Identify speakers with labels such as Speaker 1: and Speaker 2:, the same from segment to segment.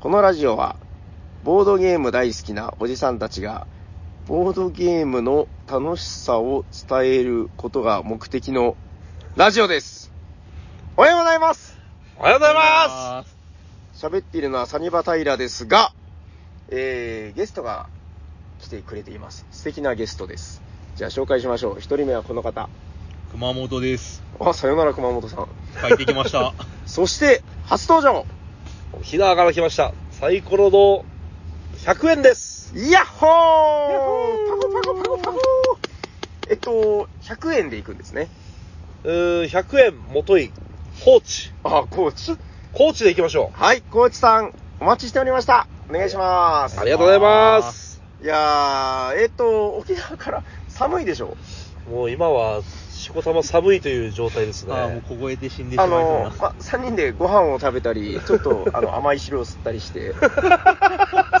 Speaker 1: このラジオは、ボードゲーム大好きなおじさんたちが、ボードゲームの楽しさを伝えることが目的のラジオです。おはようございます。
Speaker 2: おはようございます
Speaker 1: 喋っているのはサニバタイラですが、えー、ゲストが来てくれています。素敵なゲストです。じゃあ紹介しましょう。一人目はこの方。
Speaker 3: 熊本です。
Speaker 1: あ、さよなら熊本さん。
Speaker 3: 帰ってきました。
Speaker 1: そして、初登場
Speaker 2: す。ひなから来ました。サイコロの100円です。
Speaker 1: ヤッホ
Speaker 2: ヤッ
Speaker 1: ー
Speaker 2: ホ
Speaker 1: パコ
Speaker 2: ー
Speaker 1: パコパコパコえっと、100円でいくんですね。
Speaker 2: うーん、100円、もとい、高知。
Speaker 1: あ、コーチ。
Speaker 2: 高知で行きましょ
Speaker 1: はい、コーチさん、お待ちしておりました。お願いします。
Speaker 2: う。ありがとうございます。
Speaker 1: いやー、えっと、沖縄から寒いでしょ
Speaker 2: もう今は、しこたま寒いという状態ですね。
Speaker 3: ああ、もう凍えて死んでしま
Speaker 1: あ
Speaker 3: いそう
Speaker 1: の、
Speaker 3: な。
Speaker 1: ま、3人でご飯を食べたり、ちょっと、あの、甘い汁を吸ったりして、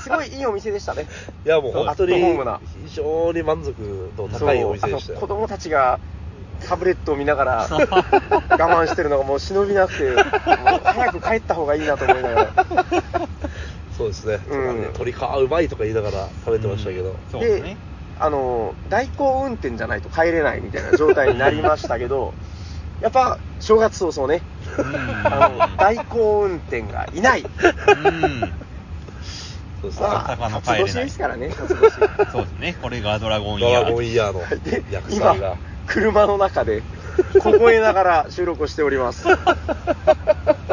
Speaker 1: すごいいいお店でしたね。
Speaker 2: いや、もう本当に
Speaker 1: アットホームな、
Speaker 2: 非常に満足度高いお店でし
Speaker 1: そ
Speaker 2: た
Speaker 1: うあの子
Speaker 2: よ。
Speaker 1: 供たちがタブレットを見な がら我慢してるのがもう忍びなくて、もう早く帰った方がいいなと思いなが ら。
Speaker 2: そうですね。
Speaker 1: うん
Speaker 2: あのね鶏皮うまいとか言いながら食べてましたけど。
Speaker 3: そうですね。
Speaker 1: あの、代行運転じゃないと帰れないみたいな状態になりましたけ ど、やっぱ正月早々ね、あの、代行運転がいない。
Speaker 3: うん。うん
Speaker 2: そうですね。
Speaker 1: まあ
Speaker 3: 大阪の帰れない
Speaker 1: 辰年ですからね、辰年。
Speaker 3: そうですね。これがドラゴンイ
Speaker 2: ド
Speaker 3: ヤ
Speaker 2: ラゴ
Speaker 3: ー。
Speaker 2: ンイヤーの
Speaker 1: で
Speaker 2: 役者
Speaker 1: 今
Speaker 2: が。、
Speaker 1: 車の中で、凍えながら収録をしております。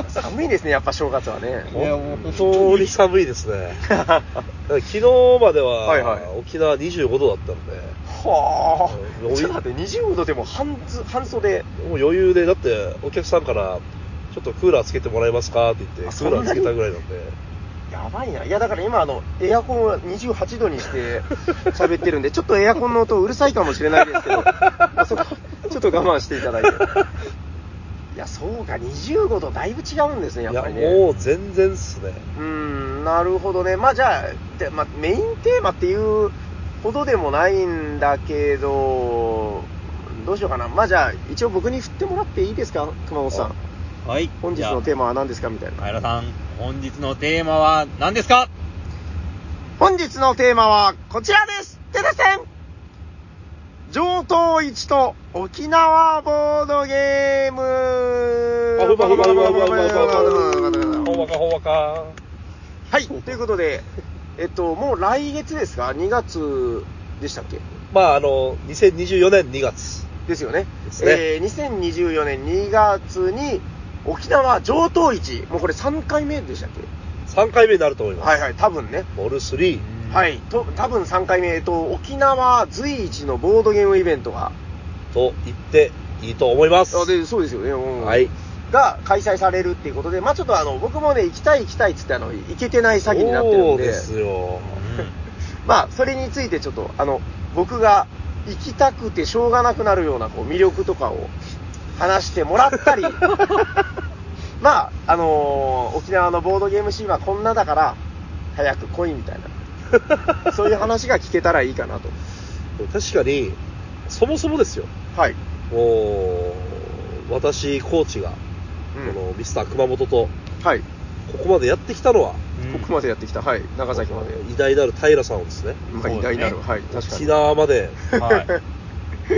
Speaker 1: 寒いですね、やっぱ正月はね。
Speaker 3: いやもう
Speaker 2: 本当に寒いです ね。
Speaker 1: は
Speaker 2: 昨日までは、
Speaker 1: はいはい
Speaker 2: 沖縄25度だったので、
Speaker 1: あ
Speaker 2: うん
Speaker 1: ちょっと待って、25度でも半ず半袖。
Speaker 2: もう余裕で、だってお客さんから、ちょっとクーラーつけてもらえますかって言って、ク
Speaker 1: あそん
Speaker 2: ー
Speaker 1: な
Speaker 2: ラ
Speaker 1: に
Speaker 2: ーつけたぐらいなんで、
Speaker 1: やばいな。いや、だから今、あの、エアコンは28度にして喋ってるんで、ちょっとエアコンの音うるさいかもしれないですけど、まあそこ、ちょっと我慢していただいて。いや、そうか、25度だいぶ違うんですね、やっぱり
Speaker 2: い
Speaker 1: ね。
Speaker 2: や、もう全然っすね。
Speaker 1: うーん、なるほどね。まあじゃあ、でまあ、メインテーマっていうほどでもないんだけど、どうしようかな。まあじゃあ、一応僕に振ってもらっていいですか熊本さん。
Speaker 3: はい。
Speaker 1: 本日のテーマは何ですかみたいな。
Speaker 3: マ。平さん、本日のテーマは何ですか
Speaker 1: 本日のテーマはこちらですてれせん上等一と沖縄ボードゲーム
Speaker 2: あほんまほんまほんまほんまほんまほんまほんまかほんまか。
Speaker 1: はい、ということで、えっと、もう来月ですか ?2 月でしたっけ
Speaker 2: まあ、あの、2024年2月。
Speaker 1: ですよね。
Speaker 2: ですね
Speaker 1: えー2024年2月に、沖縄上等市、もうこれ3回目でしたっけ
Speaker 2: 3回目になると思います。
Speaker 1: はいはい、多分ね。
Speaker 2: ボル3。
Speaker 1: はい、と、多分3回目、えっと、沖縄随一のボードゲームイベントが、
Speaker 2: と言っていいと思います。
Speaker 1: あでそうですよね、うん
Speaker 2: はい。
Speaker 1: が開催されるっていうことで、まあちょっとあの、僕もね、行きたい行きたいっつって、あの、行けてない詐欺になってる
Speaker 2: そ
Speaker 1: ん
Speaker 2: うで
Speaker 1: で、
Speaker 2: すよ。
Speaker 1: まあそれについてちょっと、あの、僕が行きたくてしょうがなくなるような、こう、魅力とかを話してもらったり、まあ、あのー沖縄のボードゲームシーンはこんなだから、早く来いみたいな、そういう話が聞けたらいいかなと。
Speaker 2: 確かに、そもそもですよ。
Speaker 1: はい。
Speaker 2: もう、私、コーチが、
Speaker 1: うん
Speaker 2: このミスター熊本と、
Speaker 1: はい。
Speaker 2: ここまでやってきたのは、
Speaker 3: うん
Speaker 1: ここまでやってきた。はい。長崎まで。
Speaker 2: 偉大なる平さんをですね、
Speaker 1: まあ、偉大なる。はい。確か
Speaker 2: 沖
Speaker 1: に。
Speaker 2: 縄まで
Speaker 3: はい。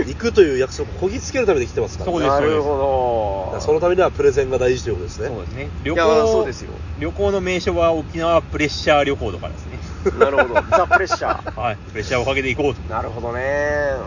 Speaker 2: 行くという約束をこぎつけるために来てますから、
Speaker 3: そうです
Speaker 1: なるほど。
Speaker 2: だからそのためにはプレゼンが大事ということですね。
Speaker 3: そうですね。
Speaker 1: い
Speaker 3: 旅
Speaker 1: や
Speaker 3: 行、
Speaker 1: そうですよ。
Speaker 3: 旅行の名所は沖縄プレッシャー旅行とかですね。
Speaker 1: なるほど。ザ・プレッシャー。
Speaker 3: はい。プレッシャーをかけていこうと。
Speaker 1: なるほどね。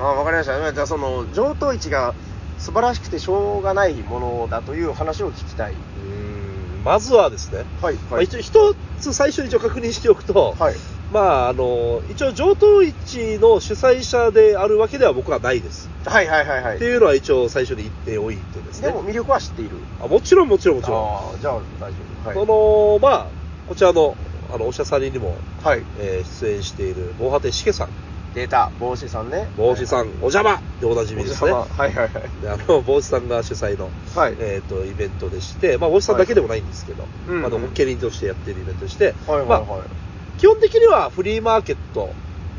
Speaker 1: あ、わかりました。じゃあ、その、上等市が素晴らしくてしょうがないものだという話を聞きたい。
Speaker 2: うーんまずはですね、
Speaker 1: はい。
Speaker 2: まあ一応一つ最初に一応確認しておくと、
Speaker 1: はい。
Speaker 2: まああの、一応上等市の主催者であるわけでは僕はないです。
Speaker 1: はいはいはいはい。
Speaker 2: っていうのは一応最初に言っておいてです
Speaker 1: で
Speaker 2: ね。
Speaker 1: も魅力は知っている。
Speaker 2: あもちろんもちろんもちろん。
Speaker 1: ああ、じゃあ大丈夫。はい。
Speaker 2: その、まあ、こちらの、あの、おしゃさりにも、
Speaker 1: はい。
Speaker 2: えー出演している、防波堤しげさん。
Speaker 1: データ、帽子さんね。
Speaker 2: 帽子さん、お邪魔でおなじみ
Speaker 1: お
Speaker 2: で
Speaker 1: じ
Speaker 2: す
Speaker 1: さ
Speaker 2: ね。
Speaker 1: ま。はいはいはい。
Speaker 2: であの、帽子さんが主催の、
Speaker 1: はい。
Speaker 2: えっ、と、イベントでして、まあ、帽子さんだけでもないんですけど、
Speaker 1: うん
Speaker 2: あの、ホッケリンとしてやってるイベントでして、
Speaker 1: はいはい
Speaker 2: ま
Speaker 1: は
Speaker 2: あ、基本的にはフリーマーケット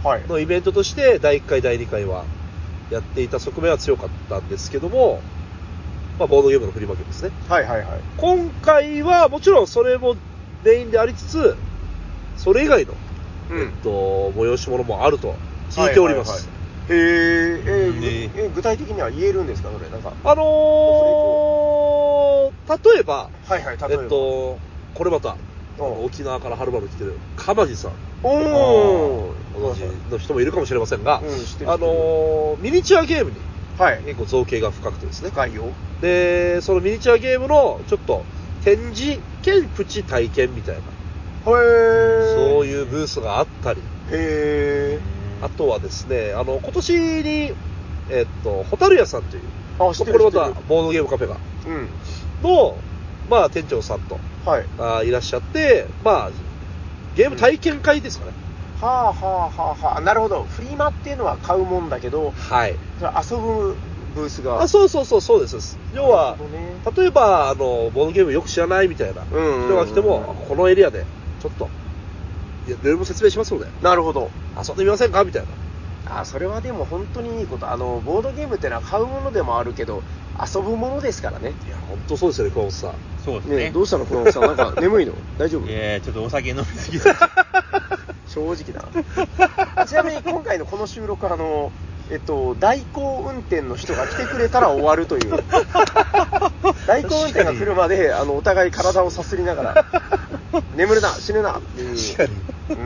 Speaker 1: い。はい。
Speaker 2: のイベントとして、第1回、第2回は、やっていた側面は強かったんですけども、まあ、ボードゲームのフリーマーケットですね。
Speaker 1: はいはいはい。
Speaker 2: 今回は、もちろんそれもメインでありつつ、それ以外の、
Speaker 1: うん
Speaker 2: えっと、催し物もあると聞いております。
Speaker 1: はいはいはいへえ
Speaker 3: うん
Speaker 1: えぐえ具体的には言えるんですかそれなんか
Speaker 2: あのー、例えば、
Speaker 1: はいはい例えば
Speaker 2: えっと、これまた、あ
Speaker 1: う
Speaker 2: の
Speaker 1: ん
Speaker 2: 沖縄からはるばる来てる、鎌木さん、
Speaker 1: おお
Speaker 2: ご存知の人もいるかもしれませんが、
Speaker 1: うん知ってる知ってる
Speaker 2: あのーミニチュアゲームに
Speaker 1: はい
Speaker 2: 結構造形が深くてですね、
Speaker 1: 深いよ
Speaker 2: で、そのミニチュアゲームのちょっと展示兼プチ体験みたいな、
Speaker 1: へえ
Speaker 2: そう
Speaker 1: う
Speaker 2: いうブースがあったり、
Speaker 1: へえ
Speaker 2: あとはですね、あの、今年に、えっと、ホタル屋さんという、
Speaker 1: あ知ってる
Speaker 2: これま
Speaker 1: 知ったてる
Speaker 2: ボードゲームカフェが、
Speaker 1: うん
Speaker 2: の、まあ、店長さんと、
Speaker 1: はい
Speaker 2: あーいらっしゃって、まあ、ゲーム体験会ですかね。
Speaker 1: はあはあはあはあなるほどフリマっていうのは買うもんだけど
Speaker 2: はい。
Speaker 1: それ遊ぶブースが
Speaker 2: あ、そうそうそう、そうですです。要は
Speaker 1: なるほどね、
Speaker 2: 例えば、あの、ボードゲームよく知らないみたいな
Speaker 1: うんうんうん
Speaker 2: 人が来ても、このエリアで、ちょっと、いやルールも説明しますので、
Speaker 1: なるほど
Speaker 2: 遊んでみませんかみたいな。
Speaker 1: あそれはでも本当にいいことあのボードゲームってのは買うものでもあるけど遊ぶものですからね
Speaker 2: いや、本当そうですよね、熊本さん。
Speaker 3: そうですね。
Speaker 1: ねどうしたのこのさんなんか眠いの大丈夫
Speaker 3: いやいやちょっとお酒飲 みすぎた。
Speaker 1: 正直だなちなみに今回のこの収録あのえっと代行運転の人が来てくれたら終わるという 代行運転が来るまであのお互い体をさすりながら眠るな死ぬなっていう
Speaker 2: 確
Speaker 1: うん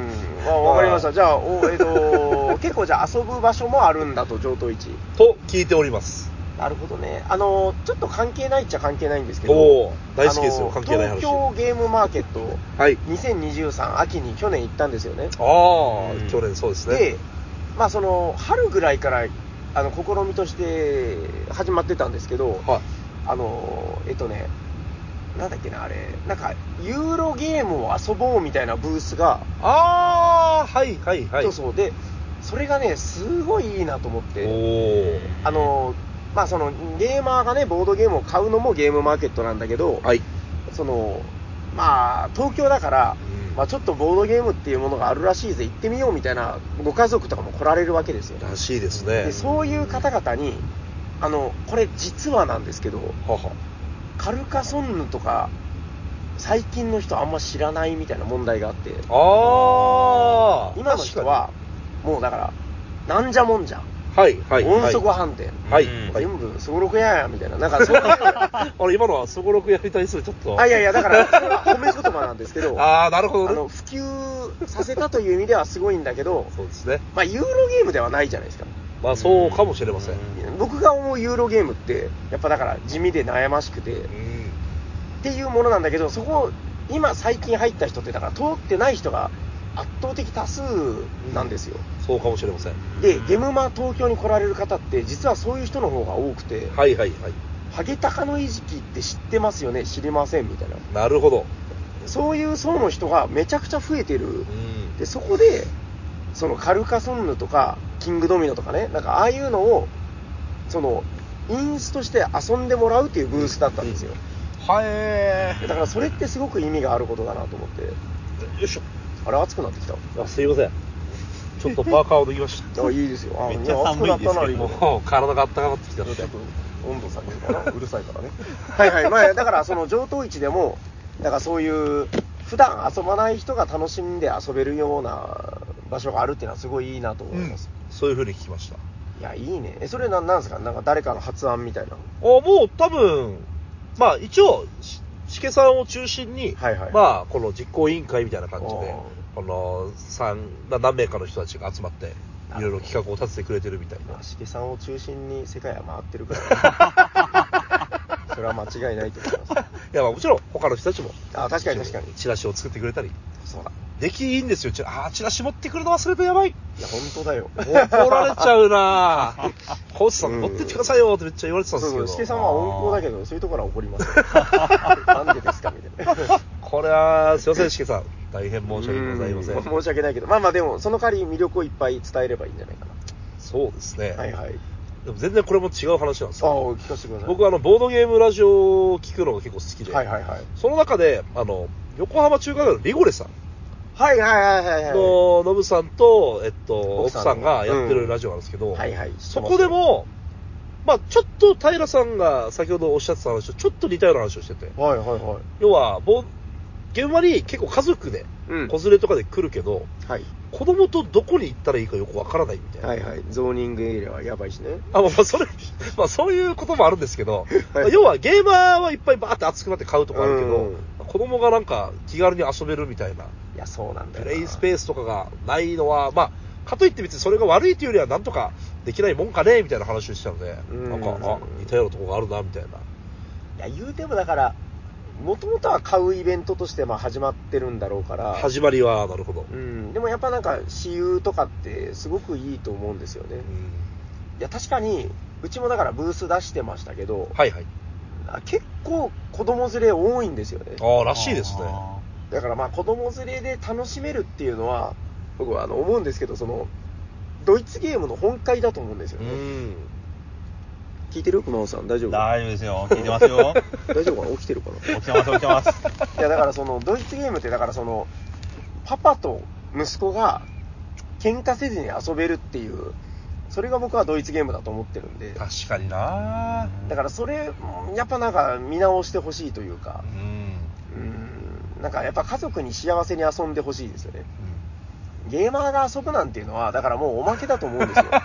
Speaker 1: まあ、わかりましたじゃあおえっと結構じゃあ遊ぶ場所もあるんだと上等市
Speaker 2: と聞いております。
Speaker 1: なるほどね。あの、ちょっと関係ないっちゃ関係ないんですけど。
Speaker 2: おお大好きですよ
Speaker 1: あの
Speaker 2: 関係ない話
Speaker 1: 東京ゲームマーケット、
Speaker 2: はい。
Speaker 1: 2023秋に去年行ったんですよね。
Speaker 2: ああ、
Speaker 3: うん
Speaker 2: 去年そうですね。
Speaker 1: で、まあその、春ぐらいから、あの、試みとして始まってたんですけど、
Speaker 2: はい。
Speaker 1: あの、えっとね、なんだっけな、あれ、なんか、ユーロゲームを遊ぼうみたいなブースが、
Speaker 2: ああ、はいはいはい。
Speaker 1: そうそう。で、それがね、すごいいいなと思って。
Speaker 2: お
Speaker 1: あのまあそのゲーマーがねボードゲームを買うのもゲームマーケットなんだけど、
Speaker 2: お。はい。
Speaker 1: そのまあ東京だから、
Speaker 2: うん
Speaker 1: まあ、ちょっとボードゲームっていうものがあるらしいぜ行ってみようみたいなご家族とかも来られるわけですよ、
Speaker 2: らしいですね。
Speaker 1: でそういう方々にあのこれ実はなんですけど
Speaker 2: はは。
Speaker 1: カルカソンヌとか最近の人あんま知らないみたいな問題があって
Speaker 2: ああ。
Speaker 1: 今の人はもうだからなんじゃもんじゃ、
Speaker 2: 確かに、はいはい。
Speaker 1: 音速
Speaker 2: は
Speaker 1: 飯店、
Speaker 2: い。はい。
Speaker 3: うん
Speaker 2: はい
Speaker 1: 全部すごろくややみたいななんかそういう
Speaker 2: あれ、今のはすごろくやりたいするちょっと。
Speaker 1: あいやいや、だから、それは褒め言葉なんですけど、
Speaker 2: ああ、なるほ
Speaker 1: あ
Speaker 2: ど
Speaker 1: の
Speaker 2: ね。
Speaker 1: 普及させたという意味ではすごいんだけど、
Speaker 2: そうですね。
Speaker 1: まあ、ユーロゲームではないじゃないですか。
Speaker 2: まあ、そうかもしれません。
Speaker 3: うん
Speaker 1: 僕が思うユーロゲームって、やっぱだから地味で悩ましくてっ
Speaker 2: うん
Speaker 1: ていうものなんだけど、そこ、今最近入った人って、だから通ってない人が圧倒的多数なんですよ。
Speaker 2: そうかもしれません。
Speaker 1: で、ゲムマ東京に来られる方って、実はそういう人の方が多くて、
Speaker 2: はいはいはい。
Speaker 1: ハゲタカの餌食って知ってますよね、知りませんみたいな。
Speaker 2: なるほど。
Speaker 1: そういう層の人がめちゃくちゃ増えてる
Speaker 2: うん
Speaker 1: でそこでそのカルカソンヌとかキングドミノとかねなんかああいうのをそのインスとして遊んでもらうっていうブースだったんですよ、
Speaker 2: はえ
Speaker 1: だからそれってすごく意味があることだなと思って
Speaker 2: ー。よいしょ。
Speaker 1: あれ暑くなってきた
Speaker 2: あ、すいません。ちょっとパー カーを脱ぎました。
Speaker 1: あいいですよあ
Speaker 3: めっちゃ
Speaker 1: いや暑くなったな
Speaker 3: 寒いですけど
Speaker 1: 今
Speaker 2: もう体が温かくなってきたので。
Speaker 1: 温度下げるかなうるさいからね はいはいまあだからその上等市でもだからそういう普段遊ばない人が楽しんで遊べるような場所があるっていうのはすごいいいなと思います、
Speaker 2: そういうふうに聞きました。あ、
Speaker 1: いやいいねえそれなんなんですかなんか誰かの発案みたいな
Speaker 2: もう多分、まあ一応、ししけさんを中心に、
Speaker 1: はいはい
Speaker 2: まあこの実行委員会みたいな感じで
Speaker 1: お、
Speaker 2: この三な何名かの人たちが集まって、
Speaker 1: ないるほど
Speaker 2: ろいろ企画を立ててくれてるみたい
Speaker 1: ま
Speaker 2: な
Speaker 1: あ、。しげさんを中心に世界は回ってるから、 ね、それは間違いないと思います。
Speaker 2: いや、まあもちろん他の人たちも、
Speaker 1: あ、確かに確かに。
Speaker 2: チラシを作ってくれたり。
Speaker 1: そうだ。
Speaker 2: できいいんですよ。ちあー、チラシ持ってくるの忘れてやばい。
Speaker 1: いや、本当だよ。
Speaker 2: もう怒られちゃ うなぁ。コーチさん持ってってくださいよってめっちゃ言われてた
Speaker 1: そ
Speaker 2: ん
Speaker 1: う
Speaker 2: です
Speaker 1: そう、
Speaker 2: けど。
Speaker 1: しげさんは温厚だけど、そういうところは怒ります よ。なんでですかみたいな。
Speaker 2: これは、すいません、しけさん。大変申し訳ございませ。
Speaker 1: うん申し訳ないけど、まあまあでも、その代わり魅力をいっぱい伝えればいいんじゃないか
Speaker 2: そうですね。
Speaker 1: な。はいはい。
Speaker 2: でも全然これも違う話なんです
Speaker 1: ああ、
Speaker 2: よ。
Speaker 1: 聞かせてください。
Speaker 2: 僕はあの、ボードゲームラジオを聞くのが結構好きで、
Speaker 1: はいはいはい。
Speaker 2: その中で、あの、横浜中華街のリゴレさん
Speaker 1: はいはいはいはい。
Speaker 2: のノブさんと、えっと、
Speaker 1: 奥
Speaker 2: 奥
Speaker 1: さん
Speaker 2: さんがやってるラジオなんですけど、
Speaker 1: はいはい。
Speaker 2: そこで、も、まあちょっと平さんが先ほどおっしゃってた話とちょっと似たような話をしてて、
Speaker 1: はいはいはい。
Speaker 2: 要は、ボー現場に結構家族で、
Speaker 1: うん
Speaker 2: 子連れとかで来るけど、
Speaker 1: はい。
Speaker 2: 子供とどこに行ったらいいかよくわからないみたいな。
Speaker 1: はいはい。ゾーニングエリアはやばいしね。
Speaker 2: あ、まあ、まあそれ、 まあ、そういうこともあるんですけど、
Speaker 1: はい
Speaker 2: まあ要はゲーマーはいっぱいバーって熱くなって買うとかあるけど、
Speaker 1: うん
Speaker 2: 子供がなんか気軽に遊べるみたいな、
Speaker 1: いや、そうなんだ
Speaker 2: プ
Speaker 1: よな。
Speaker 2: レイスペースとかがないのは、まあ、かといって別にそれが悪いというよりはなんとかできないもんかね、みたいな話をしてたので、
Speaker 1: うん
Speaker 2: なんか、あ、似たようなとこがあるな、みたいな。
Speaker 1: いや、言うてもだから、もともとは買うイベントとしてまあ始まってるんだろうから、
Speaker 2: 始まりは、なるほど。
Speaker 1: うん、でもやっぱなんか、私有とかってすごくいいと思うんですよね。
Speaker 2: うん
Speaker 1: いや、確かに、うちもだからブース出してましたけど、
Speaker 2: はいはい。
Speaker 1: あ結構子供連れ多いんですよね。
Speaker 2: ああ、らしいですね。
Speaker 3: あ
Speaker 1: だからまあ子供連れで楽しめるっていうのは、僕はあの思うんですけど、その、ドイツゲームの本会だと思うんですよ
Speaker 2: う
Speaker 1: ね。
Speaker 2: ん。
Speaker 1: 聞いてる熊野さん大丈
Speaker 3: ー
Speaker 1: 夫
Speaker 3: 大丈夫ですよ。聞いてます よ。
Speaker 1: 大丈夫かな起きてるかな
Speaker 3: 起きてます、起きてます。
Speaker 1: いや、だからその、ドイツゲームって、だからその、パパと息子が喧嘩せずに遊べるっていう、それが僕はドイツゲームだと思ってるんで、
Speaker 2: 確かにな
Speaker 1: だからそれ、やっぱなんか見直してほしいというか
Speaker 2: う、ん。
Speaker 1: うん、なんかやっぱ家族に幸せに遊んでほしいですよね。
Speaker 2: うん
Speaker 1: ゲーマーが遊ぶなんていうのは、だからもうおまけだと思うんですよ。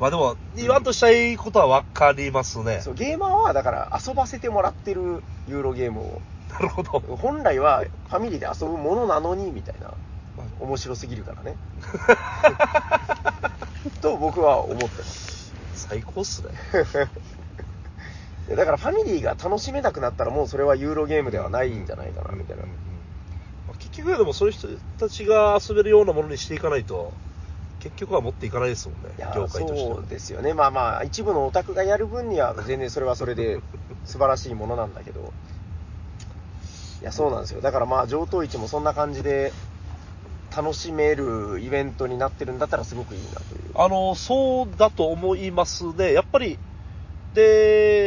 Speaker 2: まあでも、言わんとしたいことはわかりますね。
Speaker 1: そうゲーマーはだから遊ばせてもらってるユーロゲームを、
Speaker 2: なるほど。
Speaker 1: 本来はファミリーで遊ぶものなのに、みたいな。面白すぎるからね。と僕は思ってます。
Speaker 2: 最高っすね。
Speaker 1: だからファミリーが楽しめなくなったらもうそれはユーロゲームではないんじゃないかな、みたいな
Speaker 2: うん。うんうんまあ結局はでもそういう人たちが遊べるようなものにしていかないと、結局は持っていかないですもんね
Speaker 1: いや、
Speaker 2: 業界としては。
Speaker 1: そうですよね。まあまあ、一部のオタクがやる分には全然それはそれ で素晴らしいものなんだけど。いや、そうなんですよ。だからまあ、上等市もそんな感じで楽しめるイベントになってるんだったらすごくいいなという。
Speaker 2: あの、そうだと思いますね。やっぱり、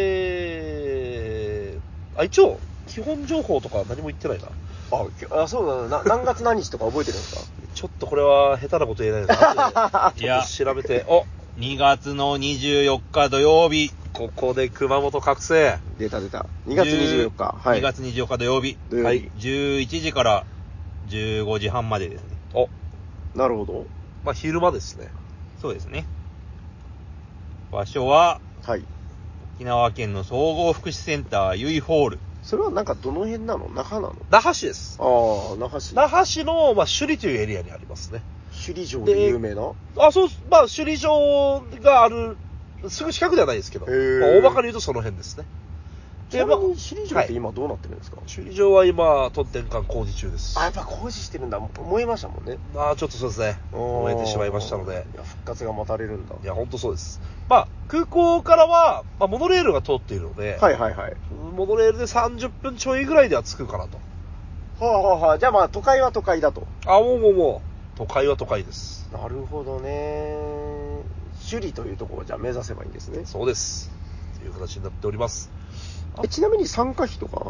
Speaker 2: で、あ、一応、基本情報とか何も言ってないな。
Speaker 1: あきょ、あそうだな。何月何日とか覚えてるん ですか
Speaker 2: ちょっとこれは下手なこと言えない な。後で
Speaker 3: い
Speaker 2: ちょっ
Speaker 3: や
Speaker 2: と調べて、お、
Speaker 3: 2月の24日土曜日。
Speaker 2: ここで熊本覚醒。
Speaker 1: 出た出た。2月24日。はい。
Speaker 3: 2月24日土曜日。
Speaker 1: 土曜日
Speaker 2: はい
Speaker 3: 11時から15時半までですね。
Speaker 2: お、
Speaker 1: なるほど。
Speaker 2: まあ昼間ですね。
Speaker 3: そうですね。場所は、
Speaker 1: はい。
Speaker 3: 沖縄県の総合福祉センターゆいホール。
Speaker 1: それはなんかどの辺なの那覇なの
Speaker 2: 那覇市です。
Speaker 1: ああ、那覇市。
Speaker 2: 那覇市の、まあ、首里というエリアにありますね。
Speaker 1: 首里城で有名なは
Speaker 2: あ、そうっす、まあ、首里城がある、すぐ近くではないですけど、
Speaker 1: へ
Speaker 2: まあ
Speaker 1: ー
Speaker 2: 大まかに言うとその辺ですね。
Speaker 1: ちな
Speaker 2: まあ
Speaker 1: みに首里城って
Speaker 2: はい
Speaker 1: 今どうなってるんですか、
Speaker 2: 首里城は今、トンテン館工事中です。
Speaker 1: あ、やっぱ工事してるんだ。燃えましたもんね。
Speaker 2: まあ、ちょっとそうですね。燃えてしまいましたので。
Speaker 1: いや、復活が待たれるんだ。
Speaker 2: いや、ほんとそうです。まあ、空港からは、まあ、モノレールが通っているので、
Speaker 1: はいはいはい。
Speaker 2: モノレールで30分ちょいぐらいでは着くかなと。
Speaker 1: はあはあはあ。じゃあまあ、都会は都会だと。
Speaker 2: あ、もうもうもう、都会は都会です。
Speaker 1: なるほどね。首里というところをじゃあ目指せばいいんですね。
Speaker 2: そうです。という形になっております。
Speaker 1: えちなみに参加費とか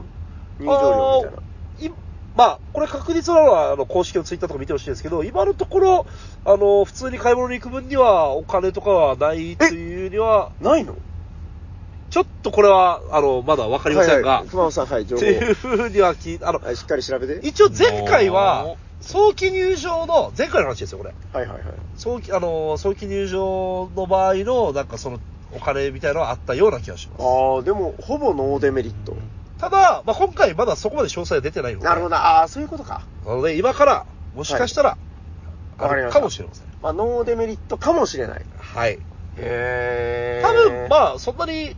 Speaker 1: 入場料みたいな。
Speaker 2: いまあ、これ確実なのは、あの、公式のツイッターとか見てほしいんですけど、今のところ、あの、普通に買い物に行く分には、お金とかはないというには、
Speaker 1: ないの
Speaker 2: ちょっとこれは、あの、まだわかりません
Speaker 1: はい
Speaker 2: が
Speaker 1: はい、熊野さん、はい、情
Speaker 2: と
Speaker 1: 報。
Speaker 2: いうふうには聞いあの、
Speaker 1: はい、しっかり調べて。
Speaker 2: 一応前回は
Speaker 3: も、
Speaker 2: 早期入場の、前回の話ですよ、これ。
Speaker 1: はいはいはい。
Speaker 2: 早期、あの、早期入場の場合の、なんかその、お金みたいなのはあったような気がします。
Speaker 1: ああ、でも、ほぼノーデメリット。
Speaker 2: ただ、まあ、今回まだそこまで詳細は出てないので、
Speaker 1: なるほど。ああ、そういうことか。
Speaker 2: なので、今から、もしかしたら、
Speaker 1: わ
Speaker 2: あ
Speaker 1: かり
Speaker 2: る
Speaker 1: ました
Speaker 2: かもしれません。
Speaker 1: まあ、ノーデメリットかもしれない。
Speaker 2: はい。
Speaker 1: へ
Speaker 2: 多分、
Speaker 1: あ、
Speaker 2: まあ、そんなに、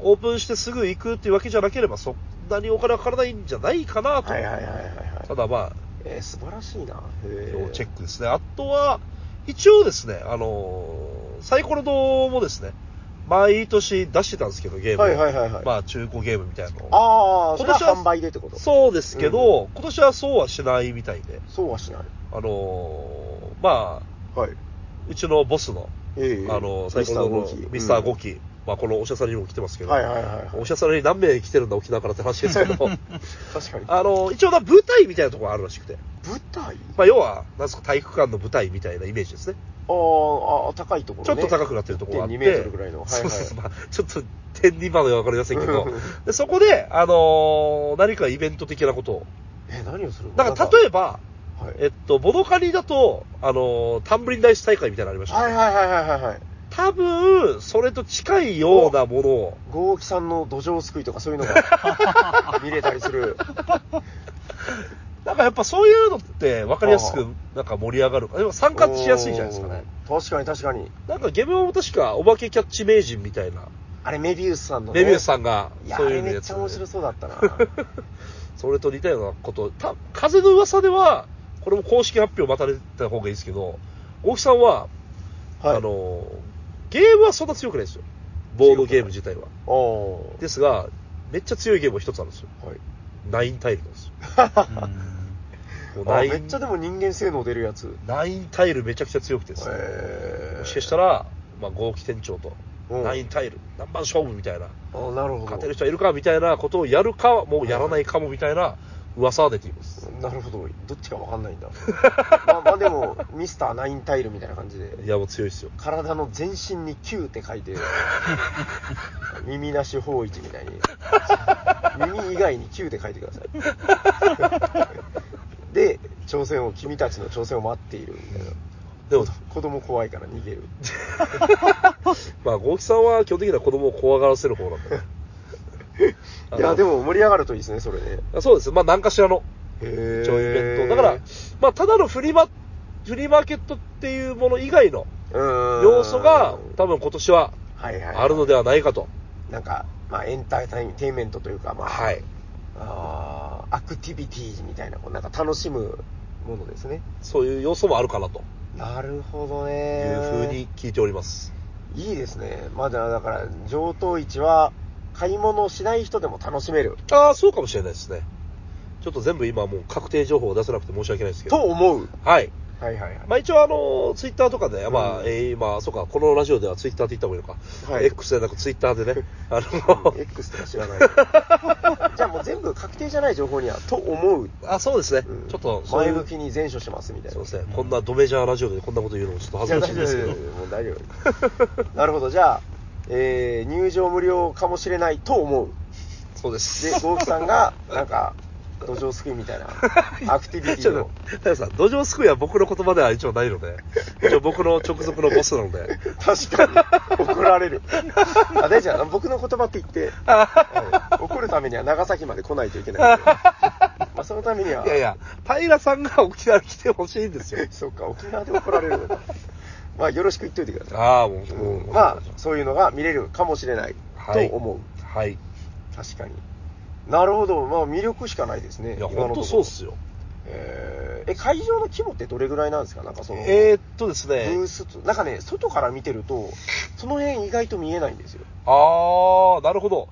Speaker 2: オープンしてすぐ行くっていうわけじゃなければ、そんなにお金はかからないんじゃないかなと。
Speaker 1: はいはいはいはいはい。
Speaker 2: ただまあ、
Speaker 1: えー、素晴らしいな。へー
Speaker 2: 要チェックですね。あとは、一応ですね、あのーサイコロ堂もですね、毎年出してたんですけど、ゲームを。
Speaker 1: はいはいはいはい
Speaker 2: まあ、中古ゲームみたいなのを
Speaker 1: ああ、それは
Speaker 2: 今年
Speaker 1: 販
Speaker 2: は
Speaker 1: 売でってことそ
Speaker 2: そうですけど、今年はそうはしないみたいで、
Speaker 1: うはしない。
Speaker 2: あのーまあ、
Speaker 1: はい。
Speaker 2: うちのボスの、
Speaker 1: え
Speaker 2: あの、最高のミスターゴ。キ、まあ、このおしゃさりにも来てますけ
Speaker 1: うん
Speaker 2: ど、
Speaker 1: はいはいはいは
Speaker 2: お
Speaker 1: い。
Speaker 2: しゃさりに何名来てるんだ、沖縄からって話ですけ ど、
Speaker 1: 確かに。
Speaker 2: あの、一応な、舞台みたいなところがあるらしくて、
Speaker 1: 舞台
Speaker 2: まあ、要は、なんですか、体育館の舞台みたいなイメージですね。
Speaker 1: あーあー、高いところ、ね。
Speaker 2: ちょっと高くなってるところがあって。
Speaker 1: 1.2メートルぐらいの。はいはい
Speaker 2: そうそうそう。まあ、ちょっと、点にまではわかりませんけど
Speaker 1: うん。
Speaker 2: でそこで、あのー何かイベント的なことを。
Speaker 1: え、何をするの
Speaker 2: だから、例えば、
Speaker 1: ば、はい、
Speaker 2: えっと、ボドカニだと、あのータンブリンダイス大会みたいなのありました、
Speaker 1: はいはいはいはいはいはい。
Speaker 2: 多分、それと近いようなものを、
Speaker 1: 豪輝さんの土壌すくいとかそういうの が見れたりする。
Speaker 2: なんかやっぱそういうのって分かりやすく、なんか盛り上がる。でも参加しやすいじゃないですかね。
Speaker 1: おー。確かに確かに。
Speaker 2: なんかゲームも確か、お化けキャッチ名人みたいな、
Speaker 1: あれメビウスさんの、ね。
Speaker 2: レビューさんが
Speaker 1: い、や
Speaker 2: そう
Speaker 1: あ
Speaker 2: い
Speaker 1: れ
Speaker 2: うの
Speaker 1: めっ
Speaker 2: やつ
Speaker 1: ち
Speaker 2: で
Speaker 1: ゃ面白そうだ ったな。
Speaker 2: それと似たようなこと、た風の噂では、これも公式発表待たれた方がいいですけど、大木さんは、
Speaker 1: はい。
Speaker 2: あ、の、ゲームはそんな強くないですよ。ボードゲーム自体は。
Speaker 1: おー
Speaker 2: ですが、めっちゃ強いゲームが一つあるんですよ。
Speaker 1: はい。
Speaker 2: ナインタイルなんですよ。もう
Speaker 1: あ
Speaker 2: ナイン
Speaker 1: めっちゃでも人間性能出るやつ。
Speaker 2: ナインタイルめちゃくちゃ強くてですね
Speaker 1: へー
Speaker 2: もしかしたら、まあ、合気店長と、
Speaker 1: うん
Speaker 2: ナインタイル、何番勝負みたいな、
Speaker 1: あなるほど。
Speaker 2: 勝てる人はいるかみたいなことをやるか、もうやらないかもみたいな噂は出ています。
Speaker 1: なるほど。どっちかわかんない んだ。まあまあでも、ミスターナインタイルみたいな感じで。
Speaker 2: いや、もう強いですよ。
Speaker 1: 体の全身に Q って書い て、耳なし方一みたいに、耳以外に Q って書いてくださ い。で、挑戦を、君たちの挑戦を待っているみたいな。
Speaker 2: で も、
Speaker 1: 子供怖いから逃げる。
Speaker 2: まあ、合木さんは基本的には子供を怖がらせる 方なんで。あの
Speaker 1: いや、でも盛り上がるといいですね、それで。
Speaker 2: そうです。まあ、何かしらの、
Speaker 1: へ
Speaker 2: 一応イベント。だから、まあ、ただのフリマ、フリーマーケットっていうもの以外の
Speaker 1: ら
Speaker 2: 要素が、多分今年は
Speaker 1: はいはい、
Speaker 2: あるのではないかと。
Speaker 1: なんか、まあ、エンターテインメントというか、まあ、
Speaker 2: はい。
Speaker 1: あーアクティビティみたいな、こうなんか楽しむものですね。
Speaker 2: そういう要素もあるかなと
Speaker 1: なるほど
Speaker 2: い
Speaker 1: ね。
Speaker 2: うふうに聞いております。
Speaker 1: いいですね。まだ、だから、上等市は、買い物をしない人でも楽しめる。
Speaker 2: ああ、そうかもしれないですね。ちょっと全部今もう確定情報を出せなくて申し訳ないですけ
Speaker 1: と
Speaker 2: ど。
Speaker 1: 思う。
Speaker 2: はい。
Speaker 1: はいはいはい。
Speaker 2: まあ一応あの、ツイッターとかで、まあ、
Speaker 1: うん
Speaker 2: えーまあそうか、このラジオではツイッターって言った方がいいのか。
Speaker 1: はい
Speaker 2: X でなくツイッターで ね、あ の
Speaker 1: うん、X とか知らない。じゃあもう全部確定じゃない情報には、と思う。
Speaker 2: あ、そうですね。
Speaker 1: うん
Speaker 2: ちょっと、そうい
Speaker 1: 前
Speaker 2: う
Speaker 1: 向きに前処しますみたいな。
Speaker 2: そうですね。こんなドメジャーラジオでこんなこと言うのもちょっと恥ずかしいんですけど。
Speaker 1: いや大丈夫大丈夫もう大丈夫。 なるほど。じゃあ、えー、入場無料かもしれないと思う。
Speaker 2: そうで
Speaker 1: で、
Speaker 2: す。
Speaker 1: ゴーキさんが、なんか、土壌すくいみた いな、アクティビテ
Speaker 2: ち
Speaker 1: ィ
Speaker 2: ょっ
Speaker 1: を。
Speaker 2: と、タイさん、土壌すくいは僕の言葉では一応ないので、一応僕の直属のボスな ので、
Speaker 1: 確かに、怒られる。あ、大丈夫。僕の言葉って言って、うん怒るためには長崎まで来ないといけないので。まあ、そのためには、
Speaker 2: いやいや、平さんが沖縄に来てほしいんですよ。
Speaker 1: そっか、沖縄で怒られるのか。まあ、よろしく言っといてください。
Speaker 2: ああ、もう、
Speaker 1: うん
Speaker 2: もう
Speaker 1: まあ、そういうのが見れるかもしれないと思う。
Speaker 2: はい。い
Speaker 1: 確かに。なるほど。まあ、魅力しかないですね。今
Speaker 2: や、本
Speaker 1: のとこ
Speaker 2: 当
Speaker 1: ろ
Speaker 2: そうっすよ。
Speaker 1: えーえ、会場の規模ってどれぐらいなんですかなんかその、
Speaker 2: えー、っとです
Speaker 1: ブ
Speaker 2: ね
Speaker 1: ー、スと、なんかね、外から見てると、その辺意外と見えないんですよ。
Speaker 2: ああ、なるほど。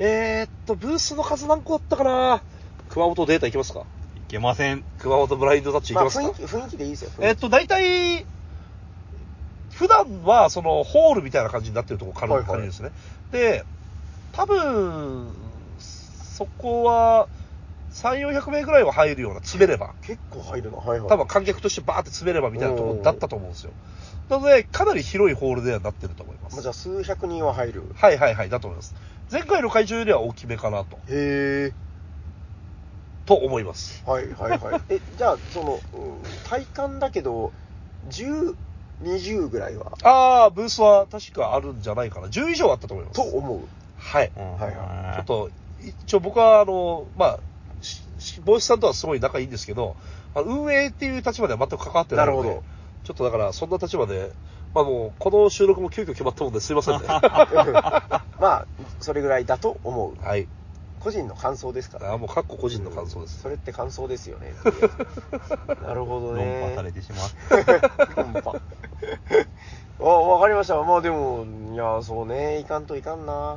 Speaker 2: えー、っと、ブースの数何個だったかな熊本データいきますか
Speaker 3: いけません。
Speaker 2: 熊本ブラインドタッチいき
Speaker 1: まあ、
Speaker 2: ますか、
Speaker 1: 雰囲気、雰囲気でいいですよ。雰囲気
Speaker 2: えーっと、大体、普段は、その、ホールみたいな感じになってるとこ借
Speaker 1: は
Speaker 2: り
Speaker 1: いはい
Speaker 2: 借りるんですね。で、多分、そこは、3、400名ぐらいは入るような、詰めれば。
Speaker 1: 結構入るな、はいはい。
Speaker 2: 多分観客としてバーって詰めればみたいなところだったと思うんですよ。なので、かなり広いホールではなってると思いま
Speaker 1: まあ
Speaker 2: す。
Speaker 1: じゃあ数百人は入る。
Speaker 2: はいはいはい、だと思います。前回の会場よりは大きめかなと、
Speaker 1: へえ。
Speaker 2: と思います。
Speaker 1: はいはい はい。え、じゃあ、その、うん体感だけど、10、20ぐらいは、
Speaker 2: あー、ブースは確かあるんじゃないかな。10以上あったと思います。
Speaker 1: と思 う。
Speaker 2: はい。
Speaker 3: うん
Speaker 1: はい
Speaker 2: ちょっと、一応僕は、あの、まあ、しし帽子さんとはすごい仲いいんですけど、あの運営っていう立場では全く関わってないので、
Speaker 1: なるほど
Speaker 2: ちょっとだから、そんな立場で、まあもう、この収録も急遽決まったもんですいません ね。
Speaker 1: まあ、それぐらいだと思う。
Speaker 2: はい。
Speaker 1: 個人の感想ですから。
Speaker 2: あーもう、かっこ個人の感想です。
Speaker 1: それって感想ですよ ね。とりあえずなるほど
Speaker 3: 論
Speaker 1: ね。
Speaker 3: 破されてしまう。
Speaker 1: 論破。 あ、わかりました。まあでも、いや、そうね、いかんといかんな。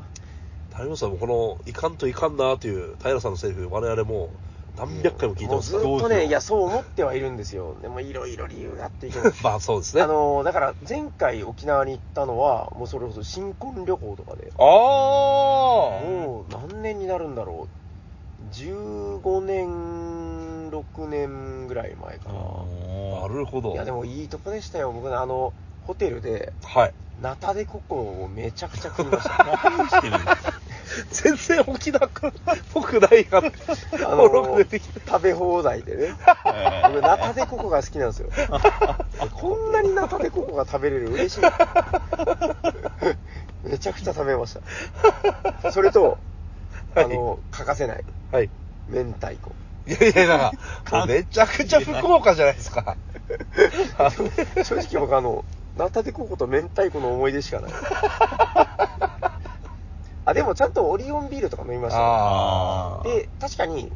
Speaker 2: 谷本さんもこの、いかんといかんなという平さんのセリフ、我々もう何百回も聞いて
Speaker 1: もう
Speaker 2: ます
Speaker 1: ずっ
Speaker 2: から。
Speaker 1: と
Speaker 3: どうしよ
Speaker 1: ね、
Speaker 3: う
Speaker 1: いや、そう思ってはいるんですよ。でも、いろいろ理由があっていけない
Speaker 2: まあそうですね。
Speaker 1: あのーだから、前回沖縄に行ったのは、もうそれこそ新婚旅行とかで、
Speaker 2: あ
Speaker 1: もう何年になるんだろう。15年、6年ぐらい前かな。
Speaker 2: あなるほど。
Speaker 1: いや、でもいいとこでしたよ。僕ね、あの、ホテルで、
Speaker 2: はい。
Speaker 1: ナタデココをめちゃくちゃ食いま した。
Speaker 3: 何してるんですか
Speaker 2: 全然沖縄っぽくないが、
Speaker 1: あ
Speaker 2: おろが出てきた。
Speaker 1: 食べ放題でね。僕、ナタデココが好きなんですよ。こんなにナタデココが食べれる嬉しい。めちゃくちゃ食べました。それと、あの、欠かせない、
Speaker 2: はい。
Speaker 1: 明太子。
Speaker 2: いやいや、だから、もうめちゃくちゃ福岡じゃないですか。あの
Speaker 1: 正直僕あの、ナタデココと明太子の思い出しかない。あ、でもちゃんとオリオンビールとか飲みました
Speaker 2: ああ。
Speaker 1: ね。で、確かに、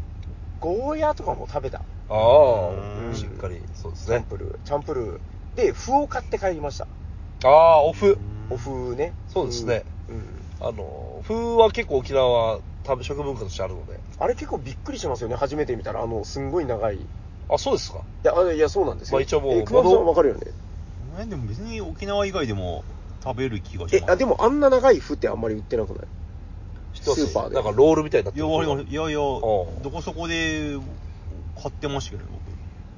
Speaker 1: ゴーヤーとかも食べた。
Speaker 2: ああ、
Speaker 3: うん
Speaker 2: しっかり、そうです
Speaker 1: チャン
Speaker 2: ね。
Speaker 1: プルー、チャンプルー。で、麩を買って帰りました。
Speaker 2: ああ、お麩。
Speaker 1: お麩ね。
Speaker 2: そうですね
Speaker 1: 麩。うん。
Speaker 2: あの、麩は結構沖縄は食べ食文化としてあるので。
Speaker 1: あれ結構びっくりしますよね。初めて見たら、あの、すんごい長い。い
Speaker 2: あ、そうですか。
Speaker 1: や、あいやそうなんですよ。
Speaker 2: まあ一応もう
Speaker 1: え熊本さんわかるよね。
Speaker 3: えでも別に沖縄以外でも食べる気がし
Speaker 1: え、
Speaker 3: ます。
Speaker 1: あ、でもあんな長い麩ってあんまり売ってなくない
Speaker 2: 知ってます
Speaker 1: スーパーで
Speaker 2: なんかロールみたいになっ
Speaker 3: い
Speaker 2: て
Speaker 3: や、
Speaker 2: る
Speaker 3: わかりますいやいや、
Speaker 2: ん
Speaker 3: どこそこで買ってましたけどね、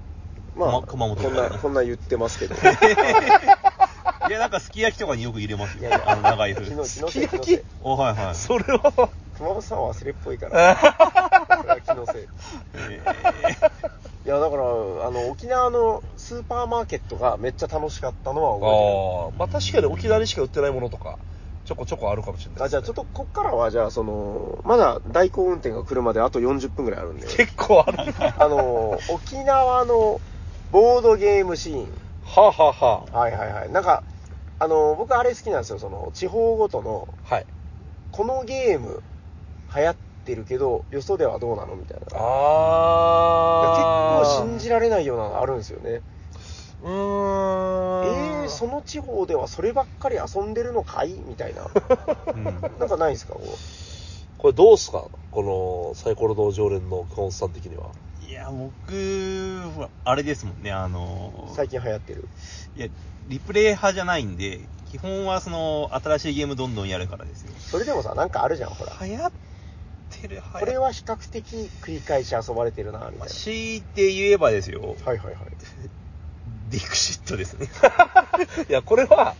Speaker 1: まあ、
Speaker 3: ま熊本
Speaker 1: こんな、こんな言ってますけど。
Speaker 3: 僕。いや、なんかすき焼きとかによく入れます
Speaker 1: い
Speaker 3: よ。
Speaker 1: やいや
Speaker 3: あの長い
Speaker 1: 気の
Speaker 3: 風。
Speaker 1: 気の
Speaker 2: す
Speaker 1: せい
Speaker 2: き
Speaker 1: 気
Speaker 2: 焼き
Speaker 1: のせい
Speaker 3: お、はいはい。
Speaker 2: それは、
Speaker 1: 熊本さんは忘れっぽいから。これは気のせい。い
Speaker 3: え
Speaker 1: や、だから、あの、沖縄のスーパーマーケットがめっちゃ楽しかったのは覚え
Speaker 2: ああ、まあ確かに沖縄にしか売ってないものとか、ちょこちょこあるかもし
Speaker 1: て
Speaker 2: れない
Speaker 1: る。あ、じゃあちょっ
Speaker 2: と。
Speaker 1: と、こっからは、じゃあ、その、まだ代行運転が車であと40分ぐらいあるんで、
Speaker 2: 結構ある。は
Speaker 1: あの、沖縄のボードゲームシーン。
Speaker 2: あ、はあは
Speaker 1: はいはいはい。なんか、あの、僕あれ好きなんですよ。その、地方ごとの、
Speaker 2: あ、はい。
Speaker 1: このゲーム、流行ってるけど、よそではどうなのみたいな。結
Speaker 2: ああ。
Speaker 1: 構信じられないようなのあるんですよね。
Speaker 2: うーん。
Speaker 1: えー、その地方ではそればっかり遊んでるのかいみた いな。
Speaker 3: ーうん
Speaker 1: なんかないですかこう
Speaker 2: これどうすかこのサイコロの常連のカオさん的 には。
Speaker 3: いや、僕は、あれですもんね、あの、
Speaker 1: 最近流行ってる。
Speaker 3: いや、リプレイ派じゃないんで、基本はその、新しいゲームどんどんやるからですよ。
Speaker 1: それでもさ、なんかあるじゃん、ほら。
Speaker 3: 流行ってる、流行ってる
Speaker 1: これは比較的繰り返し遊ばれてるな、みた
Speaker 3: まあ
Speaker 1: い
Speaker 3: 強いて言えばですよ、
Speaker 1: な。はいはいはい。
Speaker 3: ディクシットですね。
Speaker 2: いや、これは、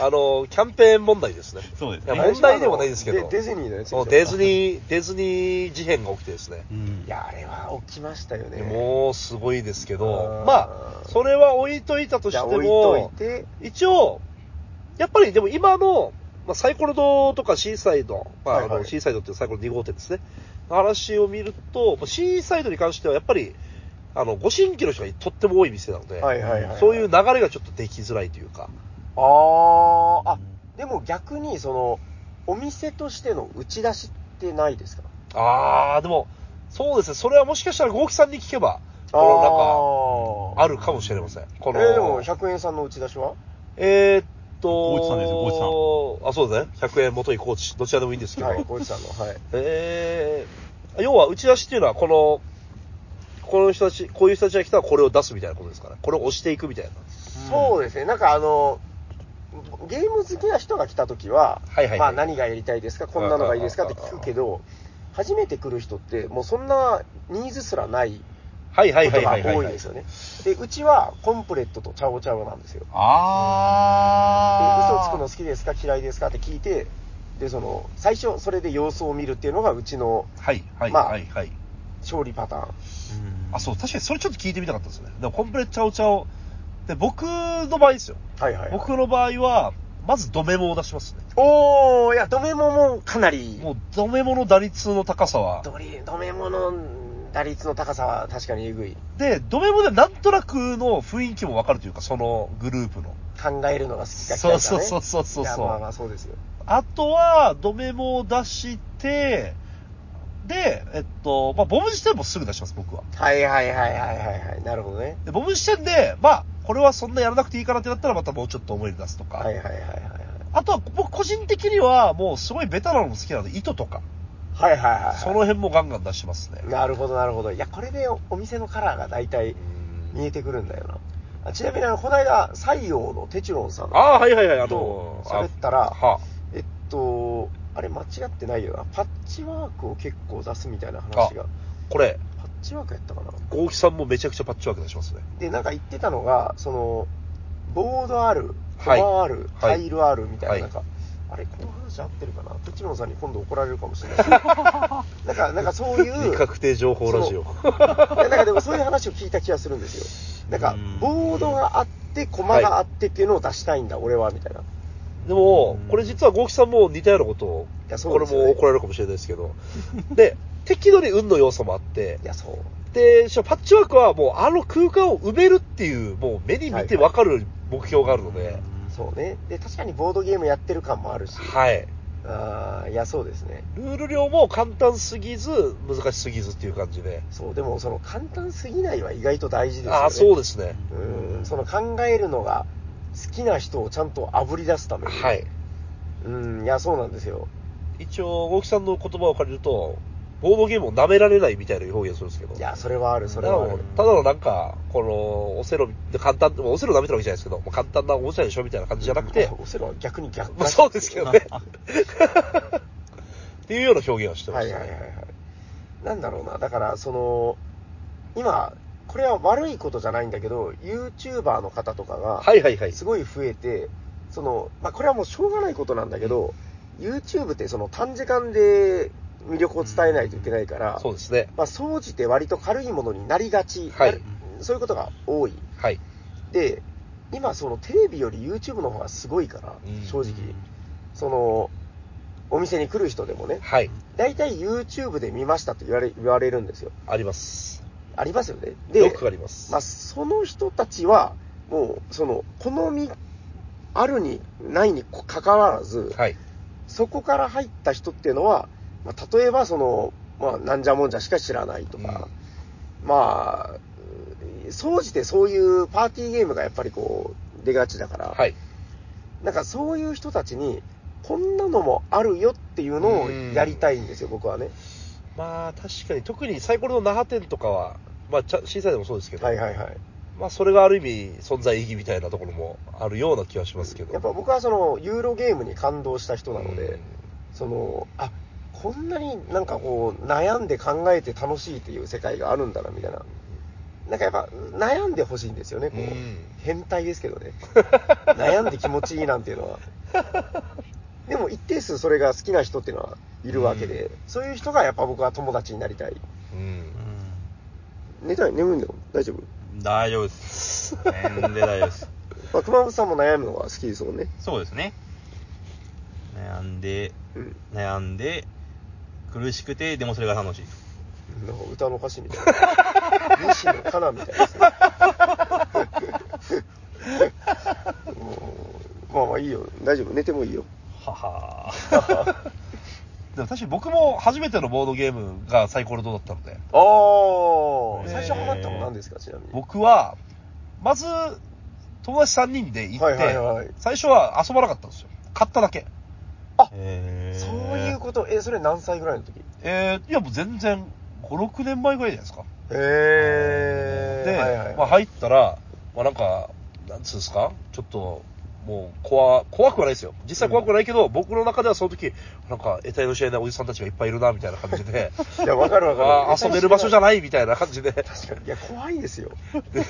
Speaker 2: あの、キャンペーン問題ですね。
Speaker 3: そうです
Speaker 2: いや
Speaker 3: ね。
Speaker 2: 問題でもないですけ
Speaker 1: デ
Speaker 2: ど
Speaker 1: ディズニーのやつでし
Speaker 2: そ
Speaker 1: ょ
Speaker 2: のディズニー、ディズニー事変が起きてですね。
Speaker 3: うん
Speaker 1: いや、あれは起きましたよね。
Speaker 2: もうすごいですけ
Speaker 1: う
Speaker 2: ど
Speaker 1: ん、
Speaker 2: まあ、それは置いといたと
Speaker 1: じゃあ
Speaker 2: して
Speaker 1: 置いと
Speaker 2: も
Speaker 1: い、て、
Speaker 2: 一応、やっぱりでも今の、まあ、サイコロ堂とかシーサイド、まあ、
Speaker 1: はいはい
Speaker 2: あのシーサイドっていうサイコロ2号店ですね。の話を見ると、まあシーサイドに関してはやっぱり、あの、ご新規の人がとっても多い店なので、
Speaker 1: はいはいはい。
Speaker 2: そういう流れがちょっとできづらいというか、
Speaker 1: あー、あ、でも逆に、その、お店としての打ち出しってないですか
Speaker 2: あー、でも、そうですね、それはもしかしたら豪輝さんに聞けば、このなんか、
Speaker 1: あ
Speaker 2: あるかもしれません。こ
Speaker 1: ー
Speaker 2: の、
Speaker 1: えー、でも、100円さんの打ち出しは
Speaker 2: えーっと、
Speaker 3: 高知さんですよ高
Speaker 2: あ、そうですね。100円元井高知、どちらでもいいんですけ ど、
Speaker 1: はい、小内さんの。はい。
Speaker 2: えー、要は打ち出しっていうのは、この、この人たち、こういう人たちが来たらこれを出すみたいなことですから、これを押していくみたいな。
Speaker 1: そうですね、なんかあの、ゲーム好きな人が来た時は、
Speaker 2: はいはいはい
Speaker 1: まあ何がやりたいですか、こんなのがいいですかって聞くけど、初めて来る人って、もうそんなニーズすらない
Speaker 2: はいは
Speaker 1: こ
Speaker 2: いは
Speaker 1: と
Speaker 2: い
Speaker 1: が
Speaker 2: はい、はい。
Speaker 1: 多いですよね。で、うちはコンプレットとチャオチャオなんですよ。で
Speaker 3: あ
Speaker 1: 嘘つくの好きですか、嫌いですかって聞いて、で、その、最初それで様子を見るっていうのがうちの
Speaker 2: はいはい
Speaker 1: まあ
Speaker 2: はいはい。
Speaker 1: 勝利パターン。
Speaker 2: あ、そう、確かにそれちょっと聞いてみたかったですね。でもコンプレットチャオチャオ。で、僕の場合ですよ。
Speaker 1: はいはい、はい。
Speaker 2: 僕の場合は、まずドメモを出しますね。
Speaker 1: おー、いや、ドメモもかなり、
Speaker 2: もうドメモの打率の高さは。
Speaker 1: ドリドメモの打率の高さは確かにえぐい。
Speaker 2: で、ドメモでなんとなくの雰囲気もわかるというか、そのグループの。
Speaker 1: 考えるのが好きか嫌いか、ね、
Speaker 2: そうそうそうそうそう
Speaker 1: いやまあまあそうですよ
Speaker 2: あとは、ドメモを出して、で、えっと、まあ、ボム視点もすぐ出します、僕は。
Speaker 1: はいはいはいはいはいはいなるほどね
Speaker 2: で、ボム視点で、まあ、これはそんなやらなくていいかなってなったら、またもうちょっと思い出すとか。
Speaker 1: はいはいはいはい
Speaker 2: あとは、僕個人的には、もうすごいベタなのも好きなので、糸とか、
Speaker 1: はいはいはいはいはい
Speaker 2: その辺もガンガン出しますね。
Speaker 1: なるほどなるほどいやこれでおお店のカラーが大体見えてくるんだよなあちなみにあのこの間西洋のテチロンさん
Speaker 2: ああ、はいはいはい、あ
Speaker 1: と
Speaker 2: の、
Speaker 1: 喋ったら
Speaker 2: あは
Speaker 1: えっとあれ間違ってないよなパッチワークを結構出すみたいな話が
Speaker 2: これ、
Speaker 1: パッチワークやったかな
Speaker 2: 豪輝さんもめちゃくちゃパッチワーク出しますね。
Speaker 1: でなんか言ってたのがそのボードあるコ
Speaker 2: はい
Speaker 1: マある、
Speaker 2: はい
Speaker 1: タイルあるみたいな、
Speaker 2: はい
Speaker 1: なんか、あれ、この話合ってるかなプチモンさんに今度怒られるかもしれないし。なんか、なんかそういう、
Speaker 2: 未確定情報ラジオ。
Speaker 1: いやなんかでもそういう話を聞いた気がするんですよ。なんか
Speaker 3: うん、
Speaker 1: ボードがあって、コマがあってっていうのを出したいんだ、俺は、みたいな。
Speaker 2: でも、これ実はゴーキさんも似たようなことを、
Speaker 1: いやそ
Speaker 2: こ
Speaker 1: う
Speaker 2: れ
Speaker 1: ですよね
Speaker 2: も怒られるかもしれないですけど。 で、適度に運の要素もあって
Speaker 1: い、や、そう。
Speaker 2: で、しかもパッチワークはもうあの空間を埋めるっていう、もう目に見てわかる目標があるので、
Speaker 1: そうね。で、確かにボードゲームやってる感もあるし。
Speaker 2: はい。
Speaker 1: あーいや、そうですね。
Speaker 2: ルール量も簡単すぎず、難しすぎずっていう感じで。
Speaker 1: そう、でも、その、簡単すぎないは意外と大事ですよね。
Speaker 2: ああ、そうですね。
Speaker 1: うん、その考えるのが好きな人をちゃんとあぶり出すために。
Speaker 2: はい。。
Speaker 1: うん、いや、そうなんですよ。
Speaker 2: 一応、ゴーキさんの言葉を借りると、ボードゲームを舐められないみたいな表現するんですけど。
Speaker 1: いや、それはある、それ
Speaker 2: だか
Speaker 1: は
Speaker 2: ら
Speaker 1: あ
Speaker 2: もう
Speaker 1: る。
Speaker 2: ただのなんか、この、オセロ、簡単、もうオセロ舐めてるわけじゃないですけど、もう簡単なおもちゃでしょみたいな感じじゃなくて
Speaker 1: うん、オセロは逆に逆。
Speaker 2: まあ そうですけどね。っていうような表現をしてま
Speaker 1: はい
Speaker 2: し
Speaker 1: は
Speaker 2: た
Speaker 1: いはいは
Speaker 2: ね。
Speaker 1: い。なんだろうな、だから、その、今、これは悪いことじゃないんだけど、YouTuber の方とかが、
Speaker 2: はいはいはい。
Speaker 1: すごい増えて、その、まあ、これはもうしょうがないことなんだけど、YouTube ってその短時間で魅力を伝えないといけないから、
Speaker 2: そうですね。
Speaker 1: まあ、総じて割と軽いものになりがち、
Speaker 2: はい
Speaker 1: そういうことが多い。
Speaker 2: はい。
Speaker 1: で、今、そのテレビより YouTube の方がすごいから、正直。その、お店に来る人でもね、
Speaker 2: はい。
Speaker 1: 大体 YouTube で見ましたって言われ言われるんですよ。
Speaker 2: あります。
Speaker 1: ありますよね。で、
Speaker 2: よくあります。
Speaker 1: まあ、その人たちは、もう、その、好み、あるに、ないにかかわらず、
Speaker 2: はい。
Speaker 1: そこから入った人っていうのは、まあ、例えば、その、まあ、なんじゃもんじゃしか知らないとか、まあ、うん総じてそういうパーティーゲームがやっぱりこう、出がちだから、
Speaker 2: はい。
Speaker 1: なんかそういう人たちに、こんなのもあるよっていうのをやりたいんですよ、僕はね。
Speaker 2: まあ、確かに、特にサイコロの那覇店とかは、まあ、ちゃ小さいでもそうですけど、
Speaker 1: はいはいはい。
Speaker 2: まあ、それがある意味、存在意義みたいなところもあるような気はしますけど。
Speaker 1: やっぱ僕はその、ユーロゲームに感動した人なので、
Speaker 2: うん
Speaker 1: そのあこんなになんかこう悩んで考えて楽しいっていう世界があるんだなみたいななんかやっぱ悩んでほしいんですよねこう、
Speaker 2: うん
Speaker 1: 変態ですけどね悩んで気持ちいいなんていうの はでも一定数それが好きな人っていうのはいるわけで、
Speaker 2: うん
Speaker 1: そういう人がやっぱ僕は友達になりたい
Speaker 2: うん。
Speaker 1: 寝たい眠いんだよ大丈夫、
Speaker 3: うん大丈夫です。全然大丈夫です。
Speaker 1: まあ、熊本さんも悩むのが好きですもんね
Speaker 3: そうですね。悩んで、
Speaker 1: うん
Speaker 3: 悩んで、苦しくて、でもそれが楽しい。
Speaker 1: なんか歌の歌詞みたいな。 西野カナみたいですね。もうまあまあいいよ。大丈夫。寝てもいいよ。
Speaker 2: はは でも確かに僕も初めてのボードゲームがサイコロドーだったので、
Speaker 1: あ
Speaker 2: ー
Speaker 1: あ最初ハマったの何ですか、ちなみに。
Speaker 2: 僕は、まず、友達3人で行って、
Speaker 1: はいはいはい
Speaker 2: 最初は遊ばなかったんですよ。買っただけ。
Speaker 1: あ
Speaker 3: へー
Speaker 1: そういうこと。え、それ何歳ぐらいの時
Speaker 2: えー、いやもう全然、5、6年前ぐらいじゃないですか。
Speaker 1: へ
Speaker 2: で、
Speaker 1: はいはい
Speaker 2: まあ入ったら、まあなんか、なんつうんですか、ちょっと、もう怖、怖くはないですよ。実際怖くはないけど、僕の中ではその時、なんか、得体の知れないおじさんたちがいっぱいいるな、みたいな感じで、
Speaker 1: いや、わかるわ
Speaker 2: あ
Speaker 1: か
Speaker 2: ー
Speaker 1: る。
Speaker 2: 遊べる場所じゃ
Speaker 1: ない。
Speaker 2: ない、みたいな感じで。
Speaker 1: 確かに。いや、怖いですよ。
Speaker 2: で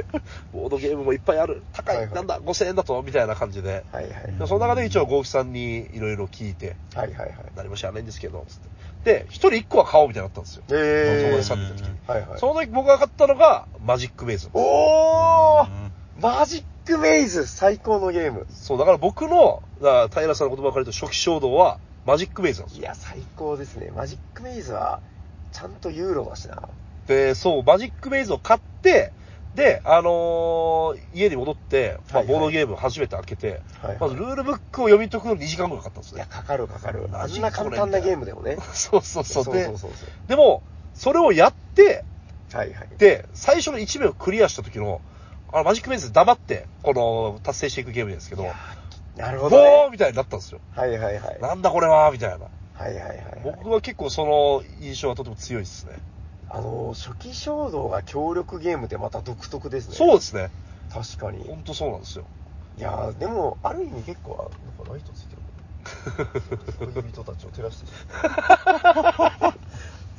Speaker 2: ボードゲームもいっぱいある。高い、
Speaker 1: はいはい
Speaker 2: なんだ、5000円だと、みたいな感じで。
Speaker 1: はいはい。
Speaker 2: でその中で一応、豪輝さんにいろいろ聞いて、
Speaker 1: はいはいはい。
Speaker 2: 何も知らないんですけど、つって。で、一人一個は買おうみたいになったんですよ。
Speaker 1: へー
Speaker 2: 友達さん出た時に。
Speaker 1: はいはい。
Speaker 2: その時僕が買ったのが、マジックベース。
Speaker 1: おー
Speaker 3: うん
Speaker 1: マジックメイズ最高のゲーム。
Speaker 2: そう、だから僕の、だから平さんの言葉を借りると、初期衝動は、マジックベースなんです
Speaker 1: い
Speaker 2: よ。
Speaker 1: や、最高ですね。マジックメイズは、ちゃんとユーロだしな。
Speaker 2: で、そう、マジックベースを買って、で、あのー家に戻って、まあ、
Speaker 1: はいはい
Speaker 2: ボードゲーム初めて開けて、
Speaker 1: はいはい
Speaker 2: まずルールブックを読み解くのに2時間ぐらいかかったんです
Speaker 1: いや、
Speaker 2: ね。
Speaker 1: かかるかかる。あ
Speaker 2: マジ
Speaker 1: ん
Speaker 2: ック
Speaker 1: な簡単なゲームでもね。
Speaker 2: そうそうそう。
Speaker 1: そう
Speaker 2: で
Speaker 1: そうそうそ
Speaker 2: でも、それをやって、
Speaker 1: う。はいはい。
Speaker 2: で、最初の1名をクリアした時の、あの、マジックベース黙って、この、達成していくゲームですけど、
Speaker 1: なるほ
Speaker 2: ボ
Speaker 1: ど、ね
Speaker 2: ー。みたいになったんですよ。
Speaker 1: はいはいはい。は
Speaker 2: なんだこれはみたいな。
Speaker 1: いはいはいはい。
Speaker 2: 僕は結構その印象はとても強いですね。
Speaker 1: あの、初期衝動が協力ゲームってまた独特ですね。
Speaker 2: そうですね。
Speaker 1: 確かに。
Speaker 2: ほんとそうなんですよ。
Speaker 1: いやーでも、ある意味結構、あなんかライトついて るの恋人たちを照らしてる。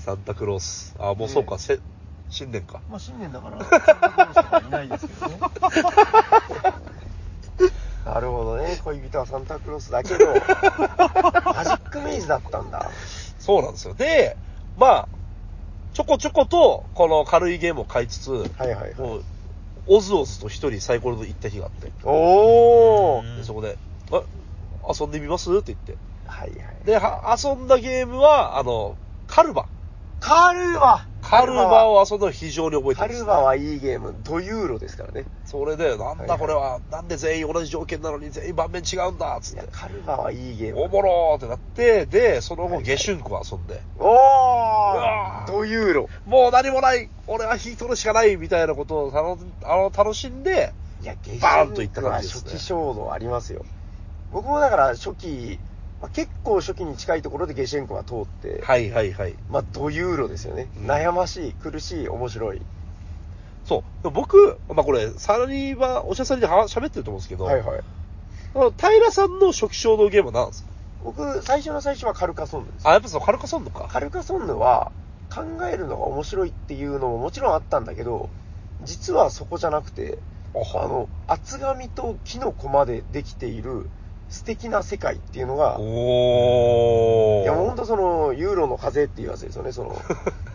Speaker 2: サンタクロース。あ、もうそうか、せ新年か。
Speaker 4: まあ新年だから、そんなことしかいないですけどね。
Speaker 1: なるほどね。恋人はサンタクロースだけど、マジックメイズだったんだ。
Speaker 2: そうなんですよ。で、まあ、ちょこちょこと、この軽いゲームを買いつつ、
Speaker 1: はいはいはい
Speaker 2: もう、オズオズと一人サイコロで行った日があって、
Speaker 1: おー。
Speaker 3: うん
Speaker 2: でそこで、あ、遊んでみますって言って。
Speaker 1: はいはい。
Speaker 2: で、は遊んだゲームは、あの、カルバ。
Speaker 1: カルバ
Speaker 2: カルバを遊んだのを非常に覚えて
Speaker 1: カ
Speaker 2: ます
Speaker 1: ルバはいいゲーム、ドユーロですからね。
Speaker 2: それで、なん
Speaker 1: はいは
Speaker 2: だ
Speaker 1: い
Speaker 2: これは、なんで全員同じ条件なのに全員盤面違うんだっつ
Speaker 1: い
Speaker 2: っ
Speaker 1: や
Speaker 2: て、、
Speaker 1: カルバはいいゲー
Speaker 2: お
Speaker 1: ム。
Speaker 2: もろーってなって、で、その
Speaker 1: はい
Speaker 2: 後、
Speaker 1: はい
Speaker 2: 下春子を遊んで、
Speaker 1: お
Speaker 2: わ
Speaker 1: ー
Speaker 2: ー
Speaker 1: ドユーロ。
Speaker 2: もう何もない俺は引い取るしかないみたいなことをたのあの楽しんで、
Speaker 1: いや、下
Speaker 2: バ
Speaker 1: バー
Speaker 2: ーン
Speaker 1: ン
Speaker 2: と
Speaker 1: と
Speaker 2: い
Speaker 1: い
Speaker 2: っ
Speaker 1: ったた
Speaker 2: 感
Speaker 1: 感
Speaker 2: じ
Speaker 1: じ
Speaker 2: ですね
Speaker 1: 初期衝動ありますよ。僕もだから初期、まあ、結構初期に近いところでゲシェンコは通って、
Speaker 2: はいはいはい。
Speaker 1: まあ、ドユーロですよね。
Speaker 2: うん
Speaker 1: 悩ましい、苦しい、面白い。
Speaker 2: そう。でも僕、まあこれ、サラリーマン、おしゃさりでは喋ってると思うんですけど、
Speaker 1: はいはい。
Speaker 2: あの平さんの初期衝動ゲームは何ですか
Speaker 1: 僕、最初の最初はカルカソンヌです。
Speaker 2: あ、やっぱそのカルカソンヌか。
Speaker 1: カルカソンヌは、考えるのが面白いっていうのももちろんあったんだけど、実はそこじゃなくて、あの、厚紙と木のコマでできている素敵な世界っていうのが、
Speaker 2: おー。
Speaker 1: いや、もうほんとその、ユーロの風っていうやつですよね、その。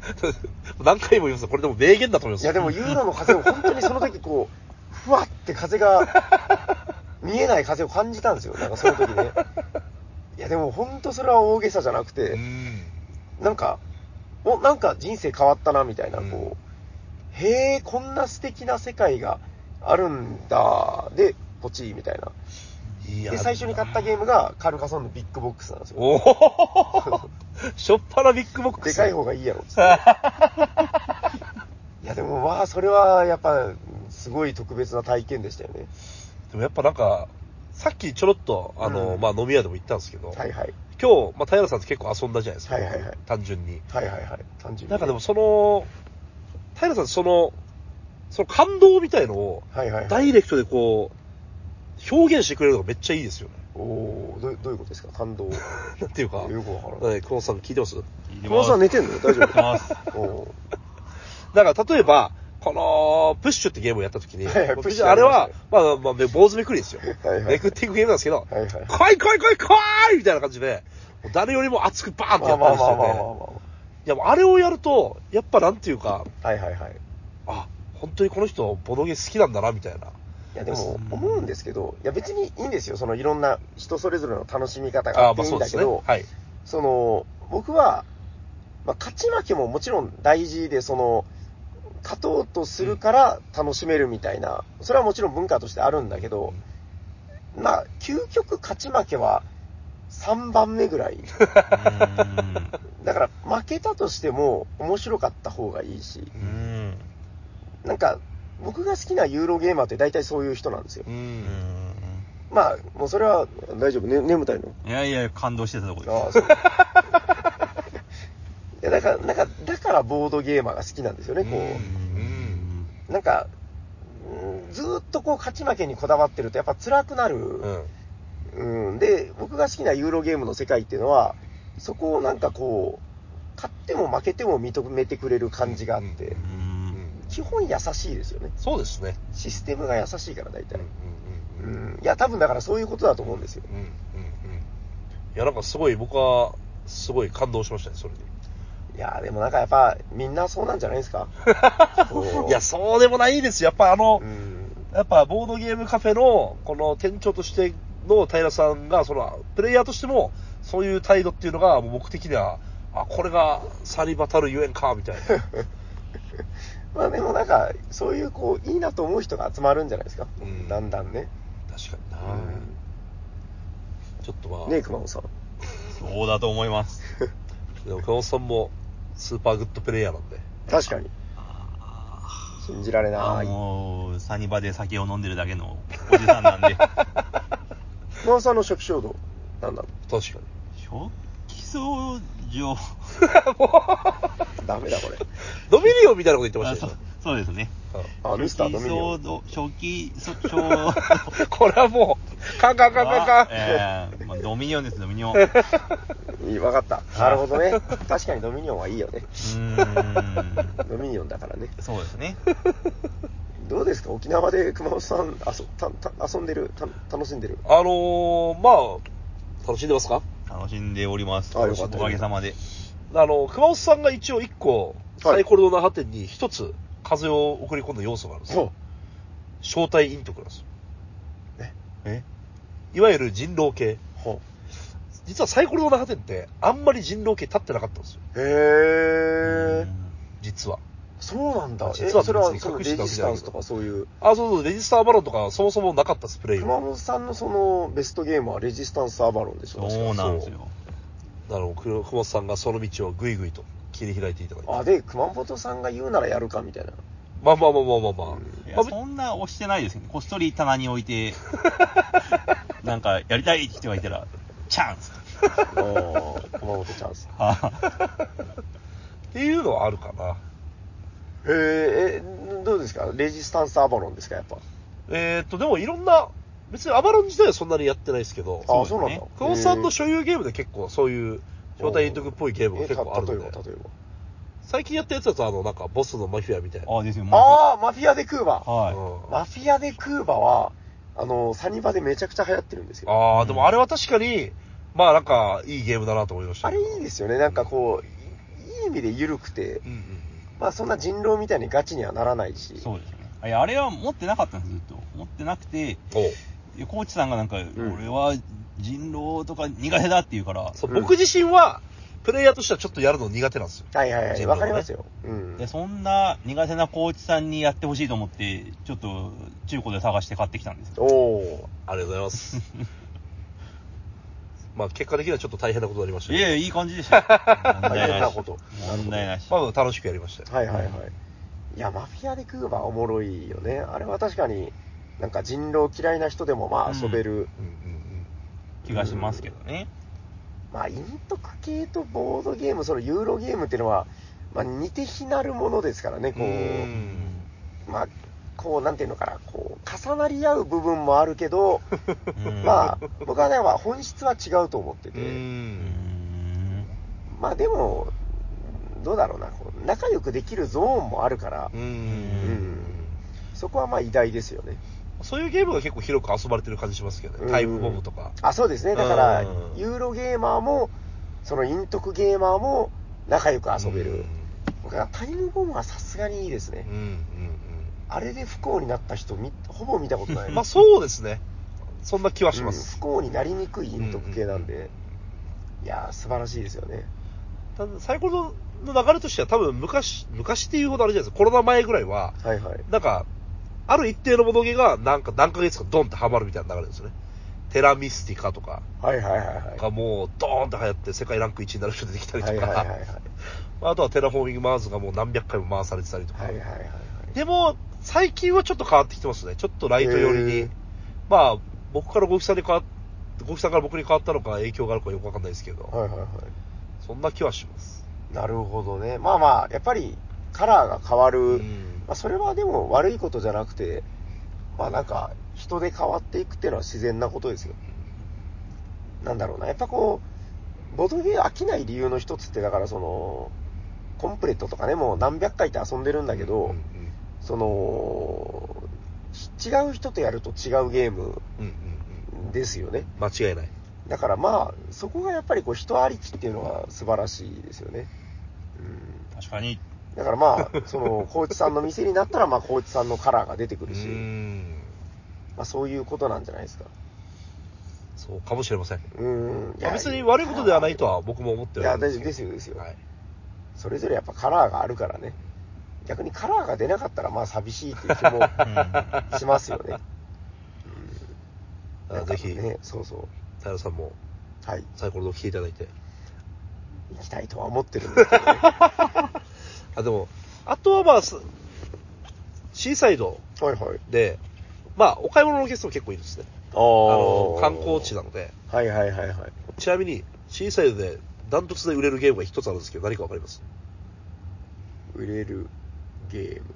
Speaker 2: 何回も言いますよこれでも名言だと思います
Speaker 1: いや、でもユーロの風を本当にその時こ う、ふわって風が、見えない風を感じたんですよ、なんかその時ね。いや、でも本当それは大げさじゃなくて、
Speaker 2: うん。
Speaker 1: なんか、お、なんか人生変わったな、みたいな、
Speaker 2: うん
Speaker 1: こう、へえ、こんな素敵な世界があるんだ、で、ポチーみたいな。
Speaker 2: いや
Speaker 1: で、最初に買ったゲームが、カルカソンのビッグボックスなんですよ。
Speaker 2: おおしょっぱなビッグボック
Speaker 1: で
Speaker 2: ス。
Speaker 1: かい方がいいや ろ、つって。いや、でも、まあ、それは、やっぱ、すごい特別な体験でしたよね。
Speaker 2: でもやっぱなんか、さっきちょろっと、あの、
Speaker 1: うん
Speaker 2: まあ飲み屋でも言ったんですけど、
Speaker 1: はいはい。
Speaker 2: 今日、まあ平さんと結構遊んだじゃないですか。
Speaker 1: はいはいはい
Speaker 2: 単純に。
Speaker 1: はいはいはい。単純に。
Speaker 2: なんかでも、その、平さんその、その感動みたいのを、
Speaker 1: はいはい、
Speaker 2: ダ
Speaker 1: はい。
Speaker 2: イレクトでこう、表現してくれるのがめっちゃいいですよね。
Speaker 1: おーどう、どういうことですか感動。
Speaker 2: なんていうか、
Speaker 1: よくわからない。
Speaker 2: はい、久保田さん聞いてます
Speaker 1: 久保さん寝てんの大丈夫
Speaker 3: 聞いてます。
Speaker 1: おー
Speaker 2: だから例えば、この、プッシュってゲームをやった時に、
Speaker 1: はいはい
Speaker 2: 僕
Speaker 1: プッシュ
Speaker 2: あれは
Speaker 1: ありま、
Speaker 2: まあ、まあ、坊主めくりですよ。
Speaker 1: はいはいはい
Speaker 2: めくっていくゲームなんですけど、
Speaker 1: はいはい。
Speaker 2: 来い来い来い来いみたいな感じで、もう誰よりも熱くバーンってやったりしてて、いや、もうあれをやると、やっぱなんていうか、
Speaker 1: あ。はいはいはい。
Speaker 2: あ、本当にこの人、ボドゲ好きなんだな、みたいな。
Speaker 1: いやで
Speaker 2: う
Speaker 1: も
Speaker 2: ん
Speaker 1: 思うんですけど、いや別にいいんですよ。そのいろんな人それぞれの楽しみ方があ
Speaker 2: あ
Speaker 1: って
Speaker 2: ま
Speaker 1: い
Speaker 2: あ
Speaker 1: いん
Speaker 2: そうで
Speaker 1: だ
Speaker 2: す
Speaker 1: け
Speaker 2: ね。
Speaker 1: ど、
Speaker 2: はい。
Speaker 1: その、僕は、まあ、勝ち負けももちろん大事で、その、勝とうとするから楽しめるみたいな、それはもちろん文化としてあるんだけど、まあ、究極勝ち負けは3番目ぐら い。だから、負けたとしても面白かった方がいいし、
Speaker 3: うーん。
Speaker 1: なんか、僕が好きなユーロゲーマーって大体そういう人なんですよ
Speaker 2: う。。
Speaker 3: うん
Speaker 1: まあ、もうそれは大丈夫、ね、眠たいの
Speaker 3: ーん。いやいや、感動してたとこ
Speaker 1: ああ、
Speaker 3: です。
Speaker 1: そう。い や、だから、なんか、だからボードゲーマーが好きなんですよね、こ
Speaker 2: う
Speaker 3: うーん。
Speaker 1: う。なんか、うんずーっとこう、勝ち負けにこだわってると、やっぱ辛くなる
Speaker 2: う。ん。
Speaker 1: うん。で、僕が好きなユーロゲームの世界っていうのは、そこをなんかこう、勝っても負けても認めてくれる感じがあっ
Speaker 2: う
Speaker 1: て
Speaker 3: う、ん
Speaker 1: 基本優しいですよね。
Speaker 2: そうですね。
Speaker 1: システムが優しいから、大
Speaker 2: うん
Speaker 1: 体。
Speaker 2: う
Speaker 1: うん
Speaker 2: うん
Speaker 1: ん。いや、多分だからそういうことだと思うんですよ。
Speaker 2: うんうんうん。いや、なんかすごい、僕は、すごい感動しましたね、それに。
Speaker 1: いやー、でもなんかやっぱ、みんなそうなんじゃないですか。こう
Speaker 2: いや、そうでもないですよ。やっぱあの、
Speaker 1: うん。
Speaker 2: やっぱボードゲームカフェの、この店長としての平さんが、その、プレイヤーとしても、そういう態度っていうのが、もう僕的には、あ、これがサリバタルゆえんか、みたいな。
Speaker 1: まあでもなんか、そういうこう、いいなと思う人が集まるんじゃないですか。
Speaker 2: うん
Speaker 1: だんだんね。
Speaker 2: 確かにな、ちょっとまあ、
Speaker 1: ねえ、熊本さん。
Speaker 3: そうだと思います。
Speaker 2: でも、熊本さんも、スーパーグッドプレイヤーなんで。
Speaker 1: 確かに。
Speaker 3: あ
Speaker 1: 信じられな
Speaker 3: あ
Speaker 1: い。熊
Speaker 3: もう、サニバで酒を飲んでるだけのおじさ んなんで。
Speaker 1: 本さんの食衝動、なんだろ
Speaker 2: 確かに。
Speaker 3: 食器掃除を。
Speaker 1: う。ダメだ、これ。
Speaker 2: ドミニオンみたいなこと言ってま
Speaker 3: あ
Speaker 2: した
Speaker 3: そ
Speaker 2: よ
Speaker 3: うそうですね。
Speaker 1: あ、ミスタードミニオン。
Speaker 3: ン。食器 掃除。
Speaker 2: うん これはもう、カンカンカンカンカン。
Speaker 3: ええまあドミニオンです、ド ミニオン。う
Speaker 1: いい、わかった。なるほどね。確かにドミニオンはいいよね。
Speaker 3: ーん。
Speaker 1: ドミニオンだからね。
Speaker 3: そうですね。
Speaker 1: どうですか、お沖縄で熊本さん遊たた遊んでるた、楽しんでる。
Speaker 2: あのー、まあ、楽しんでますか
Speaker 3: 楽しんでおります。
Speaker 1: あよかった
Speaker 3: おかげさまで。
Speaker 2: あの、熊本さんが一応一個、
Speaker 1: はい
Speaker 2: サイコロの那覇店に一つ風を送り込んだ要素があるんですよ。
Speaker 1: そ
Speaker 2: 招待陰徳なんですよ。
Speaker 1: う。ね。
Speaker 3: え
Speaker 2: いわゆる人狼系。
Speaker 1: ほ
Speaker 2: 実はサイコロの那覇店って、あんまり人狼系立ってなかったんですよ。
Speaker 1: う。へ
Speaker 3: う
Speaker 1: え。
Speaker 3: ん
Speaker 2: 実は。
Speaker 1: そうなんだ。え、
Speaker 2: 実は
Speaker 1: それは
Speaker 2: 別
Speaker 1: そ
Speaker 2: に
Speaker 1: の
Speaker 2: 隠して
Speaker 1: レ
Speaker 2: たわ
Speaker 1: ジ
Speaker 2: け
Speaker 1: ス
Speaker 2: じゃな
Speaker 1: タ
Speaker 2: い
Speaker 1: ンスとかそういう。
Speaker 2: あ、そうそう、レジスターバロンとかそもそもなかったスプレイ
Speaker 1: 熊
Speaker 2: を。
Speaker 1: 本さんのそのベストゲームはレジスタンスアバロンでしょ。
Speaker 3: そうなんですよ。
Speaker 2: あの、く熊本さんがその道をぐいぐいと切り開いていただいて。
Speaker 1: あ、で、熊本さんが言うならやるかみたいな。
Speaker 2: まあまあまあまあまあまあ。
Speaker 3: い
Speaker 2: ま
Speaker 3: や
Speaker 2: あ
Speaker 3: そんな押してないですけど、こっそり棚に置 いて、なんか、やりたいって人がいたら、チャンス
Speaker 1: あー熊本チャンス。
Speaker 3: は
Speaker 2: っていうのはあるかな。
Speaker 1: へえ、え、どうですかレジスタンスアバロンですか、やっぱ。
Speaker 2: えー、っと、でもいろんな、別にアバロン自体はそんなにやってないですけど、
Speaker 1: あ、
Speaker 3: そ
Speaker 1: そうう
Speaker 3: です
Speaker 1: なん
Speaker 3: ね
Speaker 1: だ。
Speaker 2: 久保さんの
Speaker 1: へ
Speaker 2: 所有ゲームで結構そういう
Speaker 1: ー
Speaker 2: 招待陰徳っぽいゲームが結構あるの
Speaker 1: え
Speaker 2: で
Speaker 1: た、例えば、例え
Speaker 2: 最近やったやつだとあの、なんかボスのマフィアみたいな。
Speaker 3: あ、ですよ、
Speaker 1: ば。
Speaker 3: も
Speaker 1: ああー、マフィア・デ・クーバ。
Speaker 3: うはい。
Speaker 2: うん
Speaker 1: マフィア・デ・クーバは、あの、サニバでめちゃくちゃ流行ってるんですよ。
Speaker 2: ああ、でもあれは確かに、まあなんか、いいゲームだなと思いました。。
Speaker 1: あれいいですすよね。なんかこう、いいい意味で緩くて
Speaker 2: う、んうんうん。
Speaker 1: まあそんな人狼みたいにガチにはならないし。
Speaker 3: そうですね。いや、あれは持ってなかったんです、ずっと。持ってなくて、
Speaker 2: おう
Speaker 3: でコーチさんがなんか、
Speaker 1: ん
Speaker 3: 俺は人狼とか苦手だって言うから、
Speaker 2: そう
Speaker 1: うん
Speaker 2: 僕自身は、プレイヤーとしてはちょっとやるの苦手な んですよ。
Speaker 1: はいはいはい。
Speaker 2: 人狼ね
Speaker 1: わかりますよ。うん。
Speaker 3: でそんな苦手なコーチさんにやってほしいと思って、ちょっと中古で探して買ってきたんですよ。
Speaker 1: おお
Speaker 2: ありがとうございます。まあ結果的にはちょっと大変なことになりました
Speaker 3: い
Speaker 2: けど
Speaker 3: やいや、いい感じでしたよ。問題
Speaker 1: 変
Speaker 3: な
Speaker 1: ない
Speaker 3: し
Speaker 1: こと。
Speaker 3: 問題なし。
Speaker 2: まあ楽しくやりましたよ。
Speaker 1: はいはいはい。いや、マフィア・デ・クーバおもろいよね。あれは確かに、なんか人狼嫌いな人でもまあ遊べる。
Speaker 2: うんうんうん。
Speaker 3: 気がしますけどね。
Speaker 1: まあ、陰徳系とボードゲーム、そのユーロゲームっていうのは、まあ、似て非なるものですからね、こう、
Speaker 2: うん
Speaker 1: まあ、こう、なんていうのかな、こう、重なり合う部分もあるけ ど、
Speaker 3: うん
Speaker 1: まあ、僕はね、まあ本質は違うと思って
Speaker 2: う
Speaker 1: て、
Speaker 2: ん。
Speaker 1: まあ、でも、どうだろうな、こう仲良くできるゾーンもあるから
Speaker 2: う、
Speaker 1: うん
Speaker 2: ん。
Speaker 1: そこはまあ、偉大ですよね。
Speaker 2: そういうゲームが結構広く遊ばれてる感じしますけど
Speaker 1: うん
Speaker 2: ね。タイムボムとか。
Speaker 1: あ、そうですね、だから
Speaker 2: う、ん
Speaker 1: ユーロゲーマーも、その陰徳ゲーマーも、仲良く遊べ
Speaker 2: うん
Speaker 1: る。だから、タイムボムはさすがにいいですね。
Speaker 2: うんうん
Speaker 1: あれで不幸になった人み、ほぼ見たことな
Speaker 2: う
Speaker 1: い。
Speaker 2: ん。まあそうですね。そんな気はしま
Speaker 1: うん
Speaker 2: す
Speaker 1: 不。幸になりにくい陰徳系なんで、
Speaker 2: うんうんうん
Speaker 1: いやー、素晴らしいですよね。
Speaker 2: ただ最高の流れとしては多分昔、昔っていうほどあれじゃないですか。コロナ前ぐらいは、
Speaker 1: はいはい。
Speaker 2: なんか、ある一定のボドゲがなんか何ヶ月かドンってハマるみたいな流れですよね。テラミスティカとか
Speaker 1: はいはいはいは
Speaker 2: がもうドーンって流行って世界ランク1位になる人出てきた
Speaker 1: い。
Speaker 2: り
Speaker 1: はい
Speaker 2: と
Speaker 1: はいはいはい。
Speaker 2: か、あとはテラフォーミングマーズがもう何百回も回されてたりとか
Speaker 1: はいはい。はいはい。
Speaker 2: でも、最近はちょっと変わってきてますね。ちょっとライト寄り
Speaker 1: へ
Speaker 2: に
Speaker 1: ー。
Speaker 2: まあ、僕からゴキさんに変わっゴキさんから僕に変わったのか影響があるかよくわかんないですけど、
Speaker 1: はいはいは
Speaker 2: そんな気はします。
Speaker 1: い。なるほどね。まあまあ、やっぱりカラーが変わる。
Speaker 2: うん
Speaker 1: まあ、それはでも悪いことじゃなくて、まあなんか、人で変わっていくっていうのは自然なことですよ。なんだろうな。やっぱこう、ボードゲー飽きない理由の一つって、だからその、コンプレットとかね、もう何百回って遊んでるんだけど、
Speaker 2: うん
Speaker 1: その、違う人とやると違うゲーム
Speaker 2: うんうんうん
Speaker 1: ですよね。
Speaker 2: うん間違いない。
Speaker 1: だからまあ、そこがやっぱりこう人ありきっていうのは素晴らしいですよね。うん。
Speaker 3: 確かに。
Speaker 1: だから まあ、その、コーチさんの店になったら、まあ、コーチさんのカラーが出てくるし、
Speaker 2: うん
Speaker 1: まあ、そういうことなんじゃないですか。
Speaker 2: そうかもしれません。
Speaker 1: うん。
Speaker 2: まあ別に悪いことではないとは僕も思って
Speaker 1: い
Speaker 2: は
Speaker 1: や、
Speaker 2: いるん
Speaker 1: 大丈夫で
Speaker 2: けど
Speaker 1: すよ、ですよ。
Speaker 2: はい。
Speaker 1: それぞれやっぱカラーがあるからね。逆にカラーが出なかったら、まあ、寂しいっていう気 もしますよね。
Speaker 2: だからぜひ、
Speaker 1: なんかね、そうそう。
Speaker 2: 平さんも
Speaker 1: はい。
Speaker 2: サイコロドを来ていただい て。
Speaker 1: 行きたいとは思ってるんですけどね。
Speaker 2: あ、でも、あとはまあ、すシーサイド
Speaker 1: はいはい。
Speaker 2: で、まあ、お買い物のゲストも結構いるんですね。
Speaker 1: あ
Speaker 2: あ
Speaker 1: の
Speaker 2: の、観光地なので。
Speaker 1: はいはいはいはい。
Speaker 2: ちなみに、シーサイドでダントツで売れるゲームが一つあるんですけど、何かわかります
Speaker 1: 売れるゲーム。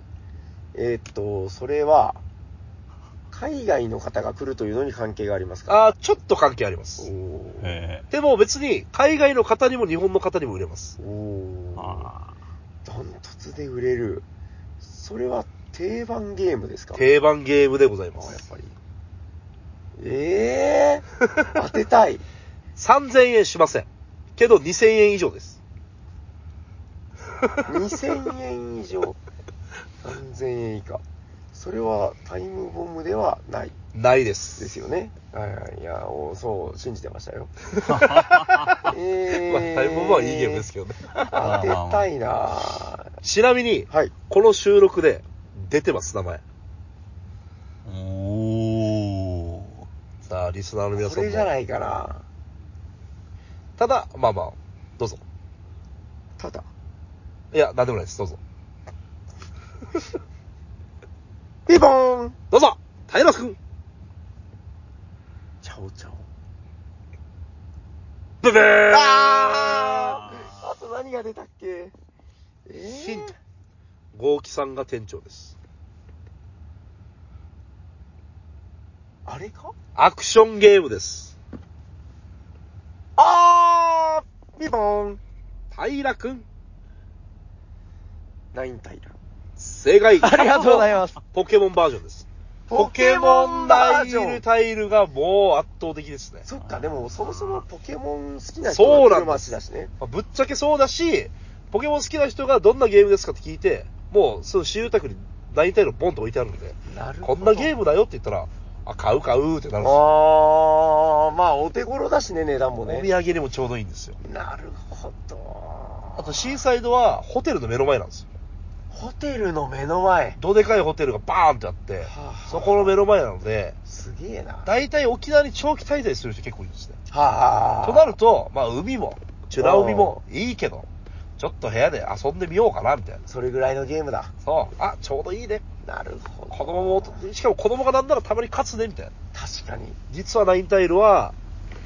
Speaker 1: えーっと、それは、海外の方が来るというのに関係がありますか
Speaker 2: ああ、ちょっと関係ありま
Speaker 1: お
Speaker 2: す。
Speaker 1: ー
Speaker 3: え
Speaker 2: でも別に、海外の方にも日本の方にも売れます。
Speaker 1: おー
Speaker 3: ーあ
Speaker 1: ダントツで売れる。それは、定番ゲームですか
Speaker 2: 定番ゲームでございま
Speaker 1: あやっ
Speaker 2: す。
Speaker 1: ぱり。ええ当てたい。
Speaker 2: 3000円しません。けど2000円以上です。
Speaker 1: 2000円以上、3000円以下。それはタイムボムではない
Speaker 2: ないで。
Speaker 1: ですすよね。はいはい。いや、おそう、信じてました よ。
Speaker 2: まあ、タイムボムはいいゲームですけどね。
Speaker 1: 当てたいなぁ
Speaker 2: ちなみに、
Speaker 1: はい。
Speaker 2: この収録で出てます、名前。
Speaker 3: おー。
Speaker 2: さあ、リスナーの皆さ
Speaker 1: こ
Speaker 2: ん
Speaker 1: れ
Speaker 2: も。
Speaker 1: じゃないかな
Speaker 2: ただ、まあまあ、どうぞ。
Speaker 1: ただ。
Speaker 2: いや、なんでもないです。どうぞ。
Speaker 1: ピボーン
Speaker 2: どうぞ平くん
Speaker 1: チャオチャオ。
Speaker 2: ブブー
Speaker 1: あーあと何が出たっけえー、
Speaker 2: ヒント豪輝さんが店長です。
Speaker 1: あれか
Speaker 2: アクションゲームです。
Speaker 1: あーピボーン
Speaker 2: 平くん
Speaker 1: ナインタイラ。
Speaker 2: 正解
Speaker 1: ありがとうございます。
Speaker 2: ポケモンバージョンです。ポケモンダイルタイルがもう圧倒的ですね。
Speaker 1: そっか、でもそもそもポケモン好きな人
Speaker 2: そう
Speaker 1: が来
Speaker 2: なん
Speaker 1: る
Speaker 2: で
Speaker 1: 街
Speaker 2: す
Speaker 1: だしね。
Speaker 2: まあぶっちゃけそうだし、ポケモン好きな人がどんなゲームですかって聞いて、もうその私有宅に大体のボンと置いてあるので、
Speaker 1: なる
Speaker 2: こんなゲー
Speaker 1: ム
Speaker 2: ムだよって言ったら、あ、買う買うってな
Speaker 1: あ
Speaker 2: るんですよ。
Speaker 1: ー、まあお手頃だしね、値段も
Speaker 2: お
Speaker 1: ね。
Speaker 2: 土産にもちょうどいいんですよ。
Speaker 1: なるほど。
Speaker 2: あと、シーサイドはホテルの目の前なんですよ。
Speaker 1: ホテルの目の前。
Speaker 2: どでかいホテルがバーンってあっ
Speaker 1: は
Speaker 2: て
Speaker 1: あはあ、
Speaker 2: そこの目の前なので、
Speaker 1: すげえな。は
Speaker 2: 大体沖縄に長期滞在する人結構いるんですね。
Speaker 1: あ
Speaker 2: となると、まあ海も、チュラ海もいいけど、ちょっと部屋で遊んでみようかな、みたいな。
Speaker 1: それぐらいのゲームだ。
Speaker 2: そう。あ、ちょうどいいね。
Speaker 1: なるほど。
Speaker 2: 子供も、しかも子供がなんならたまに勝つね、みたいな。
Speaker 1: 確かに。
Speaker 2: 実はナインタイルは、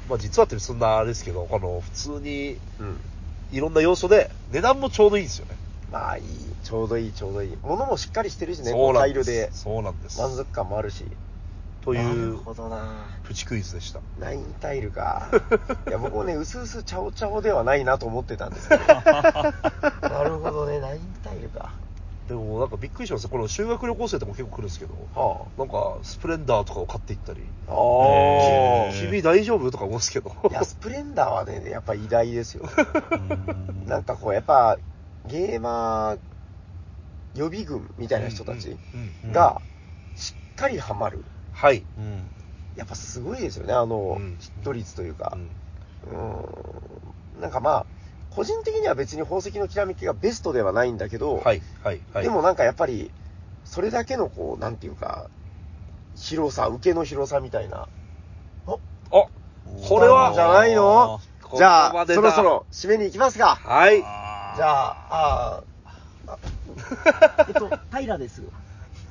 Speaker 2: まあ実はってそんなあれですけど、この普通に
Speaker 1: うん。
Speaker 2: いろんな要素で、値段もちょうどいいんですよね。
Speaker 1: まあいい。ちょうどいい、ちょうどいい。物もしっかりしてるしね、
Speaker 2: そうな
Speaker 1: タ
Speaker 2: ん
Speaker 1: イル
Speaker 2: で。
Speaker 1: です
Speaker 2: そうなんです。
Speaker 1: 満足感もあるし。
Speaker 2: とい
Speaker 1: なる
Speaker 2: う、
Speaker 1: ほどな。
Speaker 2: プチクイズでした。
Speaker 1: ナインタイルか。いや、僕もね、うすうすチャオチャオではないなと思ってたんです けど。なるほどね、ナインタイルか。
Speaker 2: でもなんかびっくりしますよこの修学旅行生とかも結構来るんですけど、
Speaker 1: は
Speaker 2: なんかスプレンダーとかを買っていったり、
Speaker 1: あ。ああ。
Speaker 3: へー
Speaker 2: 君大丈夫とか思うんですけど。
Speaker 1: いや、スプレンダーはね、やっぱ偉大ですよ。
Speaker 3: うん
Speaker 1: なんかこう、やっぱ、ゲーマー予備軍みたいな人たち
Speaker 2: うんうん
Speaker 1: が、しっかりハマる。
Speaker 2: はい。
Speaker 3: うん
Speaker 1: やっぱすごいですよね、あの
Speaker 2: うん、
Speaker 1: ヒット率というか
Speaker 2: う。ん
Speaker 1: うーん。なんかまあ、個人的には別に宝石のきらめきがベストではないんだけど、
Speaker 2: はい、はい、はい。
Speaker 1: でもなんかやっぱり、それだけのこう、なんていうか、広さ、受けの広さみたいな。
Speaker 2: あ、これ
Speaker 1: じゃ
Speaker 2: は、
Speaker 1: ないの
Speaker 2: ここ
Speaker 1: じゃ
Speaker 2: ま
Speaker 1: あ、
Speaker 2: で
Speaker 1: そ
Speaker 2: だ
Speaker 1: ろそろ締めに行きますか。
Speaker 2: はい。
Speaker 1: じゃあ、あー あ、
Speaker 4: えっと、平です。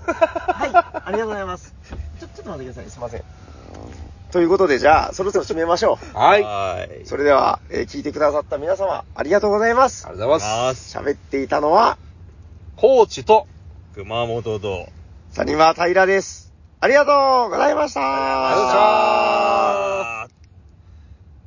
Speaker 4: はい、ありがとうございます。ちょ、ちょっと待ってください。
Speaker 1: すいません。ということで、じゃあ、そろそろ締めましょ
Speaker 2: はい。あ
Speaker 3: はい。あり
Speaker 1: う。
Speaker 3: が
Speaker 1: それでは、えー聞いてくださった皆様、ありがとうございま
Speaker 2: り
Speaker 1: す
Speaker 2: が。とうご
Speaker 3: とうご
Speaker 2: ざ
Speaker 3: ざ
Speaker 2: い
Speaker 3: い
Speaker 2: ま。
Speaker 3: ますす。
Speaker 1: 喋っていたのは、
Speaker 2: コーチと、
Speaker 3: 熊本と。
Speaker 1: サニマ平です。ありがとうございました。
Speaker 2: ありがとうございました